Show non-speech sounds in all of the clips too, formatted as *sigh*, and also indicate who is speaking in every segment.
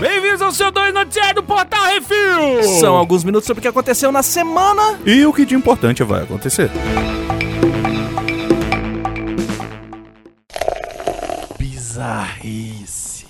Speaker 1: Bem-vindos ao seu 2 noticiário do Portal Refil!
Speaker 2: São alguns minutos sobre o que aconteceu na semana.
Speaker 3: E o que de importante vai acontecer?
Speaker 2: Bizarrice.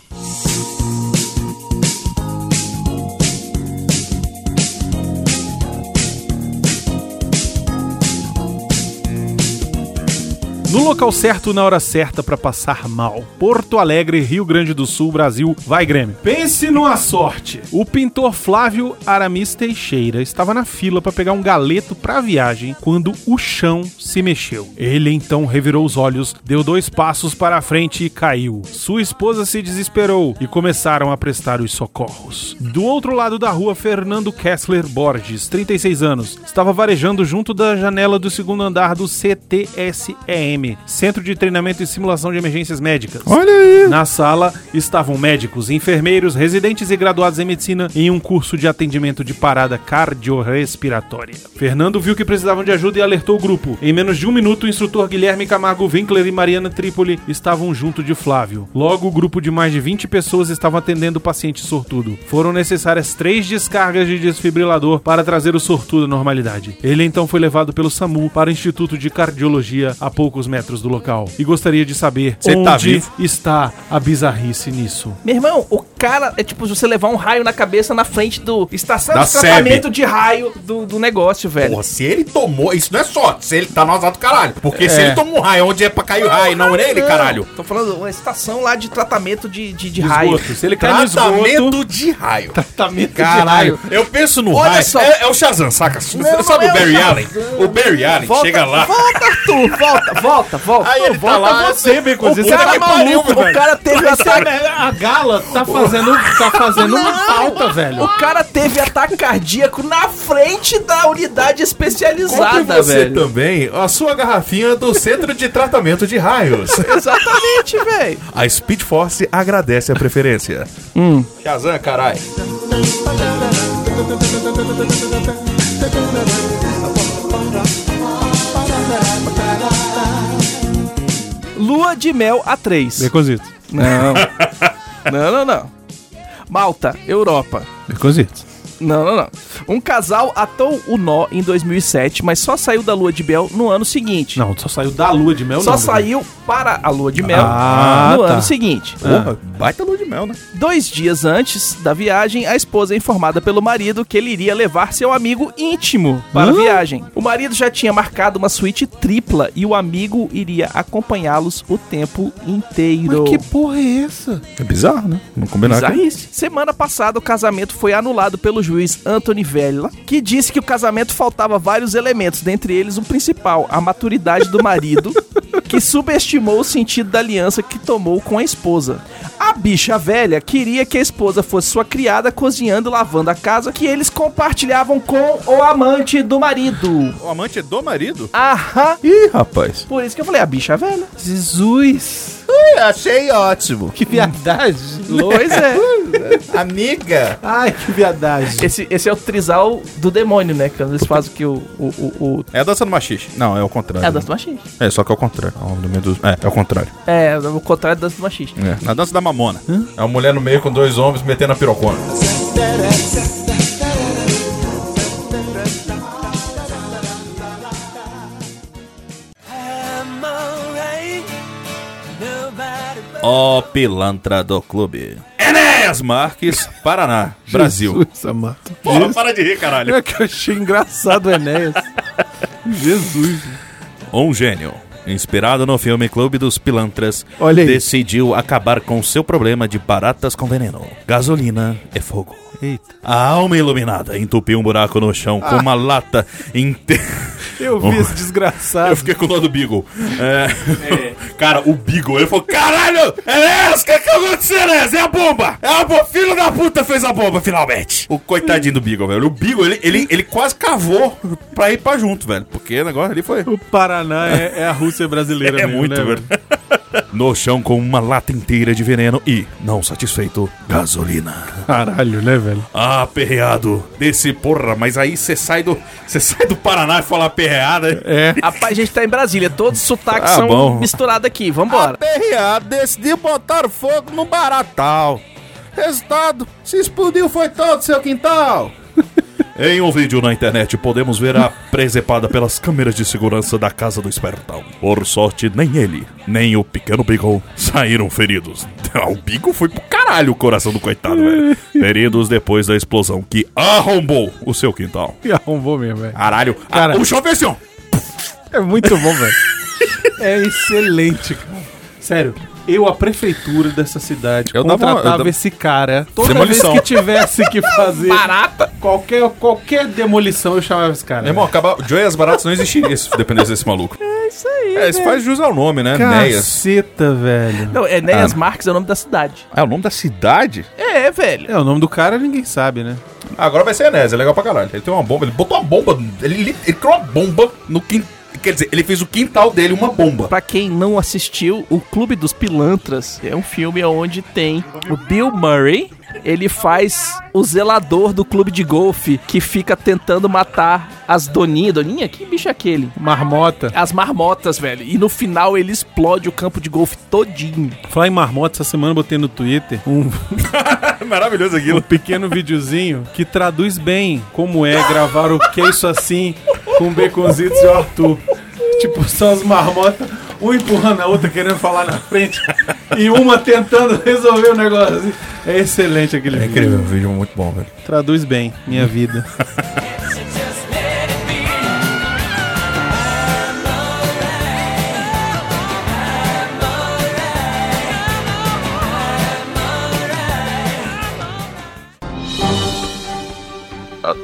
Speaker 3: No local certo, na hora certa pra passar mal. Porto Alegre, Rio Grande do Sul, Brasil. Vai, Grêmio. Pense numa sorte. O pintor Flávio Aramis Teixeira estava na fila pra pegar um galeto pra viagem quando o chão se mexeu. Ele então revirou os olhos, deu dois passos para a frente e caiu. Sua esposa se desesperou e começaram a prestar os socorros. Do outro lado da rua, Fernando Kessler Borges, 36 anos, estava varejando junto da janela do segundo andar do CTSEM, Centro de Treinamento e Simulação de Emergências Médicas.
Speaker 2: Olha aí.
Speaker 3: Na sala estavam médicos, enfermeiros, residentes e graduados em medicina em um curso de atendimento de parada cardiorrespiratória. Fernando viu que precisavam de ajuda e alertou o grupo. Em menos de um minuto, o instrutor Guilherme Camargo Winkler e Mariana Trípoli estavam junto de Flávio. Logo, o grupo de mais de 20 pessoas estavam atendendo o paciente sortudo. Foram necessárias três descargas de desfibrilador para trazer o sortudo à normalidade. Ele então foi levado pelo SAMU para o Instituto de Cardiologia a poucos metros do local. E gostaria de saber
Speaker 2: Você
Speaker 3: onde
Speaker 2: tá vivo?
Speaker 3: está a bizarrice nisso.
Speaker 2: Meu irmão, o cara é tipo você levar um raio na cabeça na frente do estação
Speaker 4: Da
Speaker 2: de tratamento de raio do, do negócio, velho.
Speaker 4: Porra, se ele tomou, isso não é sorte, se ele tá no azar do caralho. Porque se ele tomou um raio, onde é pra cair o raio, não nele,
Speaker 2: Não,
Speaker 4: caralho.
Speaker 2: Tô falando uma estação lá de tratamento de, de, de raio.
Speaker 3: Esgoto. Se ele cai no esgoto,
Speaker 4: Tratamento de raio.
Speaker 3: tratamento
Speaker 4: Caralho, eu penso no
Speaker 2: Olha
Speaker 4: raio.
Speaker 2: só.
Speaker 4: É, é o Shazam, saca? Você
Speaker 2: não
Speaker 4: sabe
Speaker 2: é
Speaker 4: o
Speaker 2: o
Speaker 4: Barry
Speaker 2: Shazam.
Speaker 4: Allen? O Barry Allen
Speaker 2: Volta,
Speaker 4: chega lá.
Speaker 2: Volta, Arthur, volta, volta, volta.
Speaker 4: Aí ele tá
Speaker 3: volta
Speaker 4: lá.
Speaker 3: você, Baconzinho,
Speaker 4: O
Speaker 3: você
Speaker 4: cara
Speaker 3: tá
Speaker 4: é
Speaker 3: maluco,
Speaker 4: maluco,
Speaker 2: o
Speaker 4: velho.
Speaker 2: cara teve ataque.
Speaker 3: A gala tá fazendo, tá fazendo uma pauta, velho.
Speaker 2: O cara teve ataque cardíaco na frente da unidade
Speaker 4: Compre
Speaker 2: especializada,
Speaker 4: você
Speaker 2: velho.
Speaker 4: também a sua garrafinha do Centro de Tratamento de Raios.
Speaker 2: Exatamente, velho.
Speaker 4: A Speed Force agradece a preferência. Shazam, caralho.
Speaker 2: Lua de mel a 3.
Speaker 3: Becozito.
Speaker 2: Não. Não, não, não. Malta, Europa.
Speaker 3: Becozito.
Speaker 2: Não, não, não. Um casal atou o nó em 2007, mas só saiu da lua de mel no ano seguinte.
Speaker 3: Não, só saiu da lua de mel,
Speaker 2: Só
Speaker 3: não,
Speaker 2: saiu para a lua de mel
Speaker 3: Ah,
Speaker 2: no
Speaker 3: tá.
Speaker 2: ano seguinte.
Speaker 4: Porra, baita lua de mel, né?
Speaker 2: Dois dias antes da viagem, a esposa é informada pelo marido que ele iria levar seu amigo íntimo para a
Speaker 3: Hã?
Speaker 2: viagem. O marido já tinha marcado uma suíte tripla e o amigo iria acompanhá-los o tempo inteiro.
Speaker 3: porra é essa?
Speaker 4: É bizarro, né? Não combinar com-
Speaker 2: Bizarrice. Semana passada, o casamento foi anulado pelo juiz Anthony Vella, que disse que o casamento faltava vários elementos, dentre eles o principal, a maturidade do
Speaker 4: *laughs*
Speaker 2: marido, que subestimou o sentido da aliança que tomou com a esposa. A bicha velha queria que a esposa fosse sua criada, cozinhando e lavando a casa que eles compartilhavam com o amante do marido.
Speaker 4: O amante é do marido?
Speaker 2: Aham.
Speaker 4: Ih, rapaz.
Speaker 2: Por isso que eu falei, a bicha velha.
Speaker 3: Jesus.
Speaker 4: É, achei ótimo.
Speaker 3: Que viadagem.
Speaker 2: Pois
Speaker 4: *laughs*
Speaker 2: é.
Speaker 4: Amiga.
Speaker 3: Ai, que viadagem.
Speaker 2: Esse, esse é o trisal do demônio, né? Quando eles fazem que o, o, o, o
Speaker 4: É a dança do machixe. Não, é o contrário.
Speaker 2: É a dança do machismo.
Speaker 4: É, só que é o contrário. É, o nome do- é, é o contrário.
Speaker 2: É, o contrário da dança do machismo.
Speaker 4: É. Na dança da mamona. É uma mulher no meio com dois homens metendo a pirocona. Ó pilantra do clube. Enéas Marques, *laughs* Paraná, Brasil.
Speaker 3: Jesus amado.
Speaker 4: Porra, para de rir, caralho.
Speaker 3: É que eu achei engraçado o Enéas. Jesus.
Speaker 4: Um gênio, inspirado no filme Clube dos Pilantras,
Speaker 3: Olha aí.
Speaker 4: decidiu acabar com seu problema de baratas com veneno. Gasolina é fogo.
Speaker 3: Eita.
Speaker 4: A alma iluminada entupiu um buraco no chão com
Speaker 3: Ah.
Speaker 4: uma lata inteira.
Speaker 3: Eu vi esse desgraçado.
Speaker 4: Eu fiquei com dó do Beagle. É. Cara, o Beagle, ele falou: Caralho, Elias, o que, que aconteceu, Elias? É a bomba! É a bomba! Filho da puta fez a bomba, finalmente! O coitadinho do Beagle, velho. O Beagle, ele, ele, ele quase cavou pra ir pra junto, velho. Porque o negócio ali foi.
Speaker 3: O Paraná é, é a Rússia brasileira
Speaker 4: É
Speaker 3: mesmo,
Speaker 4: muito,
Speaker 3: né,
Speaker 4: velho. no chão com uma lata inteira de veneno e, não satisfeito, gasolina.
Speaker 3: Caralho, né, velho?
Speaker 4: Ah, Aperreado desse porra, mas aí você sai do. Você sai do Paraná e fala aperreada. né?
Speaker 3: É. *laughs*
Speaker 2: Rapaz, a gente tá em Brasília, todos os sotaques
Speaker 4: Ah,
Speaker 2: são
Speaker 4: bom.
Speaker 2: misturados aqui, vambora.
Speaker 4: Aperreado, decidiu botar fogo no baratal. Resultado, se explodiu foi todo seu quintal. *laughs* em um vídeo na internet podemos ver a presepada pelas câmeras de segurança da casa do espertão. Por sorte, nem ele, nem o pequeno Beagle saíram feridos. *laughs* Ah, O Beagle foi pro caralho o coração do coitado, *laughs* velho. Feridos depois da explosão que arrombou o seu quintal.
Speaker 3: E arrombou mesmo, velho.
Speaker 4: Caralho, Ah,
Speaker 3: Cara.
Speaker 4: o chão fez assim, ó.
Speaker 3: É muito bom, velho. *laughs* É excelente, cara. Sério. Eu, a prefeitura dessa cidade,
Speaker 4: Eu dava uma-
Speaker 3: contratava
Speaker 4: eu dava-
Speaker 3: esse cara. Toda
Speaker 4: Demolição.
Speaker 3: vez que tivesse que *laughs* fazer
Speaker 2: Barata.
Speaker 3: qualquer, qualquer demolição, eu chamava esse cara.
Speaker 4: Meu irmão, acabar. Joy e as Baratas não existiria se dependesse desse maluco. É
Speaker 2: isso aí,
Speaker 4: É, isso faz jus ao nome, né? Neias.
Speaker 3: Caceta, velho.
Speaker 2: Não,
Speaker 4: Ah.
Speaker 2: Enéas Marques é o nome da cidade.
Speaker 4: É o nome da cidade?
Speaker 2: É, velho.
Speaker 3: É, o nome do cara ninguém sabe, né?
Speaker 4: Agora vai ser Enéas, é legal pra caralho. Ele tem uma bomba, ele botou uma bomba, ele, li- ele criou uma bomba no quintal. Quer dizer, ele fez o quintal dele uma *laughs* bomba.
Speaker 2: Pra quem não assistiu, O Clube dos Pilantras é um filme onde tem o Bill Murray. Ele faz o zelador do clube de golfe que fica tentando matar as doninhas. Doninha? Que bicho é aquele?
Speaker 3: Marmota.
Speaker 2: As marmotas, velho. E no final ele explode o campo de golfe todinho.
Speaker 3: Falar em marmota, essa semana eu botei no Twitter um,
Speaker 4: É Maravilhoso
Speaker 3: um
Speaker 4: aquilo.
Speaker 3: pequeno videozinho que traduz bem como é gravar o que isso assim com Baconzitos e o Arthur. Tipo, são as marmotas, um empurrando a outra, querendo falar na frente, e uma tentando resolver o negócio. É excelente aquele vídeo.
Speaker 4: o vídeo é muito bom, velho.
Speaker 3: Traduz bem minha vida.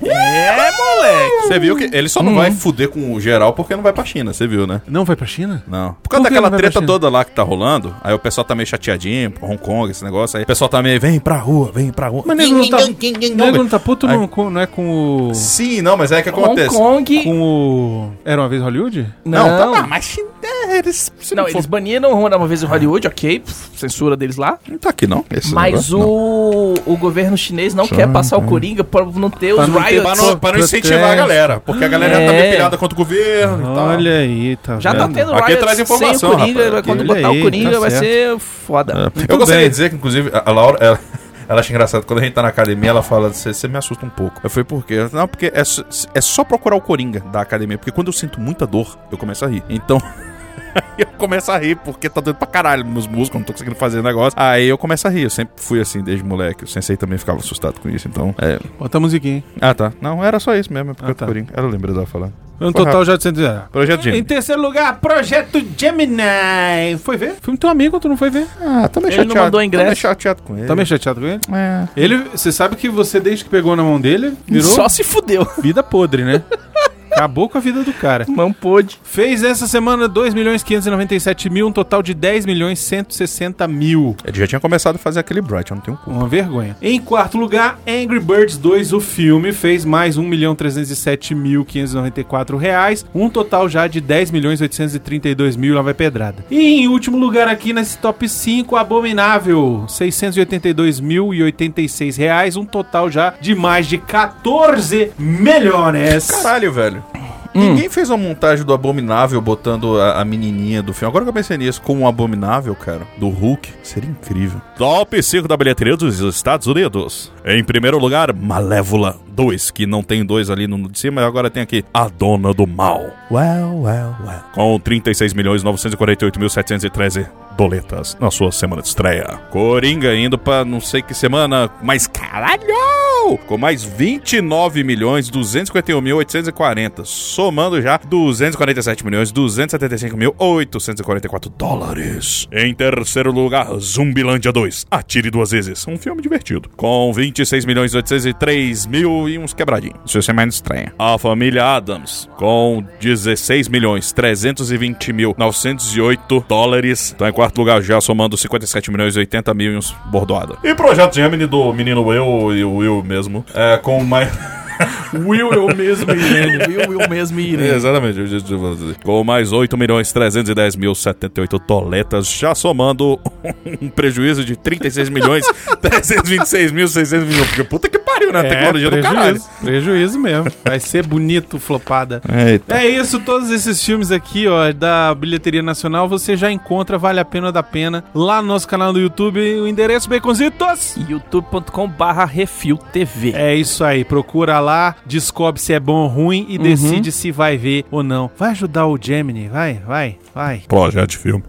Speaker 2: É, moleque.
Speaker 4: Você viu que ele só
Speaker 3: Uhum.
Speaker 4: não vai fuder com o geral porque não vai pra China, você viu, né?
Speaker 3: Não vai pra China?
Speaker 4: Não. Por
Speaker 3: Por que
Speaker 4: causa
Speaker 3: não
Speaker 4: daquela
Speaker 3: vai pra
Speaker 4: treta
Speaker 3: China?
Speaker 4: toda lá que tá rolando, aí o pessoal tá meio chateadinho, pô, Hong Kong, esse negócio aí. O pessoal tá meio, vem pra rua, vem pra rua.
Speaker 3: Mas nego não tá, nego não tá puto não, com, não é com o...
Speaker 4: Sim, não, mas é que
Speaker 2: Hong
Speaker 4: acontece.
Speaker 2: Kong.
Speaker 3: Com o... Era uma vez Hollywood?
Speaker 4: Não, tá,
Speaker 2: Não.
Speaker 4: tá, mas China, eles, se
Speaker 2: Não,
Speaker 4: for-
Speaker 2: eles baniram uma vez o Hollywood, ok. pff, Censura deles lá.
Speaker 4: Não tá aqui, não. Esse
Speaker 2: Mas
Speaker 4: negócio,
Speaker 2: o, o governo chinês não quer passar o Coringa pra não ter os
Speaker 3: não ter-
Speaker 4: Pra
Speaker 2: riots.
Speaker 4: não, pra não incentivar a galera, porque a galera já tá
Speaker 2: É.
Speaker 4: meio pilhada contra o governo e tal.
Speaker 3: Olha aí, tá
Speaker 2: Já tá
Speaker 3: vendo?
Speaker 2: tendo
Speaker 4: Aqui traz
Speaker 2: sem
Speaker 4: informação,
Speaker 2: o Coringa.
Speaker 4: rapaz.
Speaker 2: Quando
Speaker 3: Olha
Speaker 2: botar
Speaker 3: aí,
Speaker 2: o Coringa
Speaker 3: tá
Speaker 2: vai
Speaker 3: certo. É,
Speaker 2: ser foda.
Speaker 4: Eu gostaria
Speaker 3: bem.
Speaker 4: de dizer que, inclusive, a a Laura, ela, ela acha engraçado. Quando a gente tá na academia, ela fala, você você me assusta um pouco. Eu falei, por quê? Ela, Não, porque é, só- é só procurar o Coringa da academia. Porque quando eu sinto muita dor, eu começo a rir. Então... *laughs* Eu começo a rir, porque tá doendo pra caralho meus músculos, não tô conseguindo fazer negócio. Aí eu começo a rir, eu sempre fui assim desde moleque. O sensei também ficava assustado com isso, então. É.
Speaker 3: Bota a musiquinha, hein?
Speaker 4: Ah, tá. Não, era só isso mesmo, é porque
Speaker 3: Ah,
Speaker 4: eu tô
Speaker 3: tá.
Speaker 4: Coringa. Ela lembra dela falando.
Speaker 3: Um
Speaker 4: Foi
Speaker 3: total já de 100... ah.
Speaker 4: Projeto Jimmy.
Speaker 3: Em terceiro lugar, Projeto Gemini. Foi ver? Filme teu amigo, tu não foi ver?
Speaker 4: Ah, tá meio
Speaker 2: Ele não
Speaker 4: chateado.
Speaker 2: mandou ingresso.
Speaker 4: Tá meio chateado com ele.
Speaker 3: Tá meio chateado com ele?
Speaker 4: É.
Speaker 3: Ele, você sabe que você, desde que pegou na mão dele, virou
Speaker 2: Só se fudeu. *laughs*
Speaker 3: vida podre, né? Acabou com a vida do cara.
Speaker 2: Não pôde.
Speaker 3: Fez essa semana 2 milhões 597 mil, um total de 10 milhões 160 mil.
Speaker 4: Ele já tinha começado a fazer aquele Bright, eu não tenho um culpa.
Speaker 3: Uma vergonha. Em quarto lugar, Angry Birds 2, o filme, fez mais 1 milhão 307 mil 594 reais, um total já de 10 milhões 832 mil, lá vai pedrada. E em último lugar aqui nesse top 5, Abominável, 682 mil e 86 reais, um total já de mais de 14 milhões.
Speaker 4: Caralho, velho.
Speaker 2: Hum.
Speaker 4: Ninguém fez uma montagem do Abominável botando a, a menininha do filme. Agora que eu pensei nisso, com um Abominável, cara, do Hulk, seria incrível. Top 5 da bilheteria dos Estados Unidos. Em primeiro lugar, Malévola 2, que não tem dois ali no de cima, agora tem aqui A Dona do Mal. Well, well, well. Com 36.948.713 doletas na sua semana de estreia. Coringa indo pra não sei que semana, mas caralho! Com mais 29 milhões 251.840, somando já 247 milhões 275.844 dólares. Em terceiro lugar, Zumbilândia 2, Atire Duas Vezes, um filme divertido, com 26 milhões 803 mil e uns quebradinhos. Isso é semana de estreia. A Família Adams, com 16 milhões 320 mil 908 dólares. Tá em quarto lugar já, somando 57 milhões e 80 mil e uns bordoada. E Projeto Gemini do menino Will e o Will mesmo, é, com mais...
Speaker 3: Will eu mesmo.
Speaker 2: Will, Will mesmo e Irene.
Speaker 4: Exatamente. eu disse pra você. Com mais 8 milhões 310 mil 78 doletas, já somando *laughs* um prejuízo de
Speaker 3: *laughs*
Speaker 4: 36 milhões 326 mil 600 mil. um. Porque puta que pariu,
Speaker 3: É,
Speaker 4: né? A tecnologia do caralho.
Speaker 3: Prejuízo mesmo. Vai ser bonito, flopada.
Speaker 4: Eita.
Speaker 3: É isso, todos esses filmes aqui, ó, da bilheteria nacional, você já encontra, vale a pena da pena, lá no nosso canal do YouTube, o endereço Baconzitos.
Speaker 2: youtube.com barra refil TV.
Speaker 3: É isso aí, procura lá, descobre se é bom ou ruim e decide se vai ver ou não. Vai ajudar o Gemini, vai, vai, vai.
Speaker 4: Projeto de filme.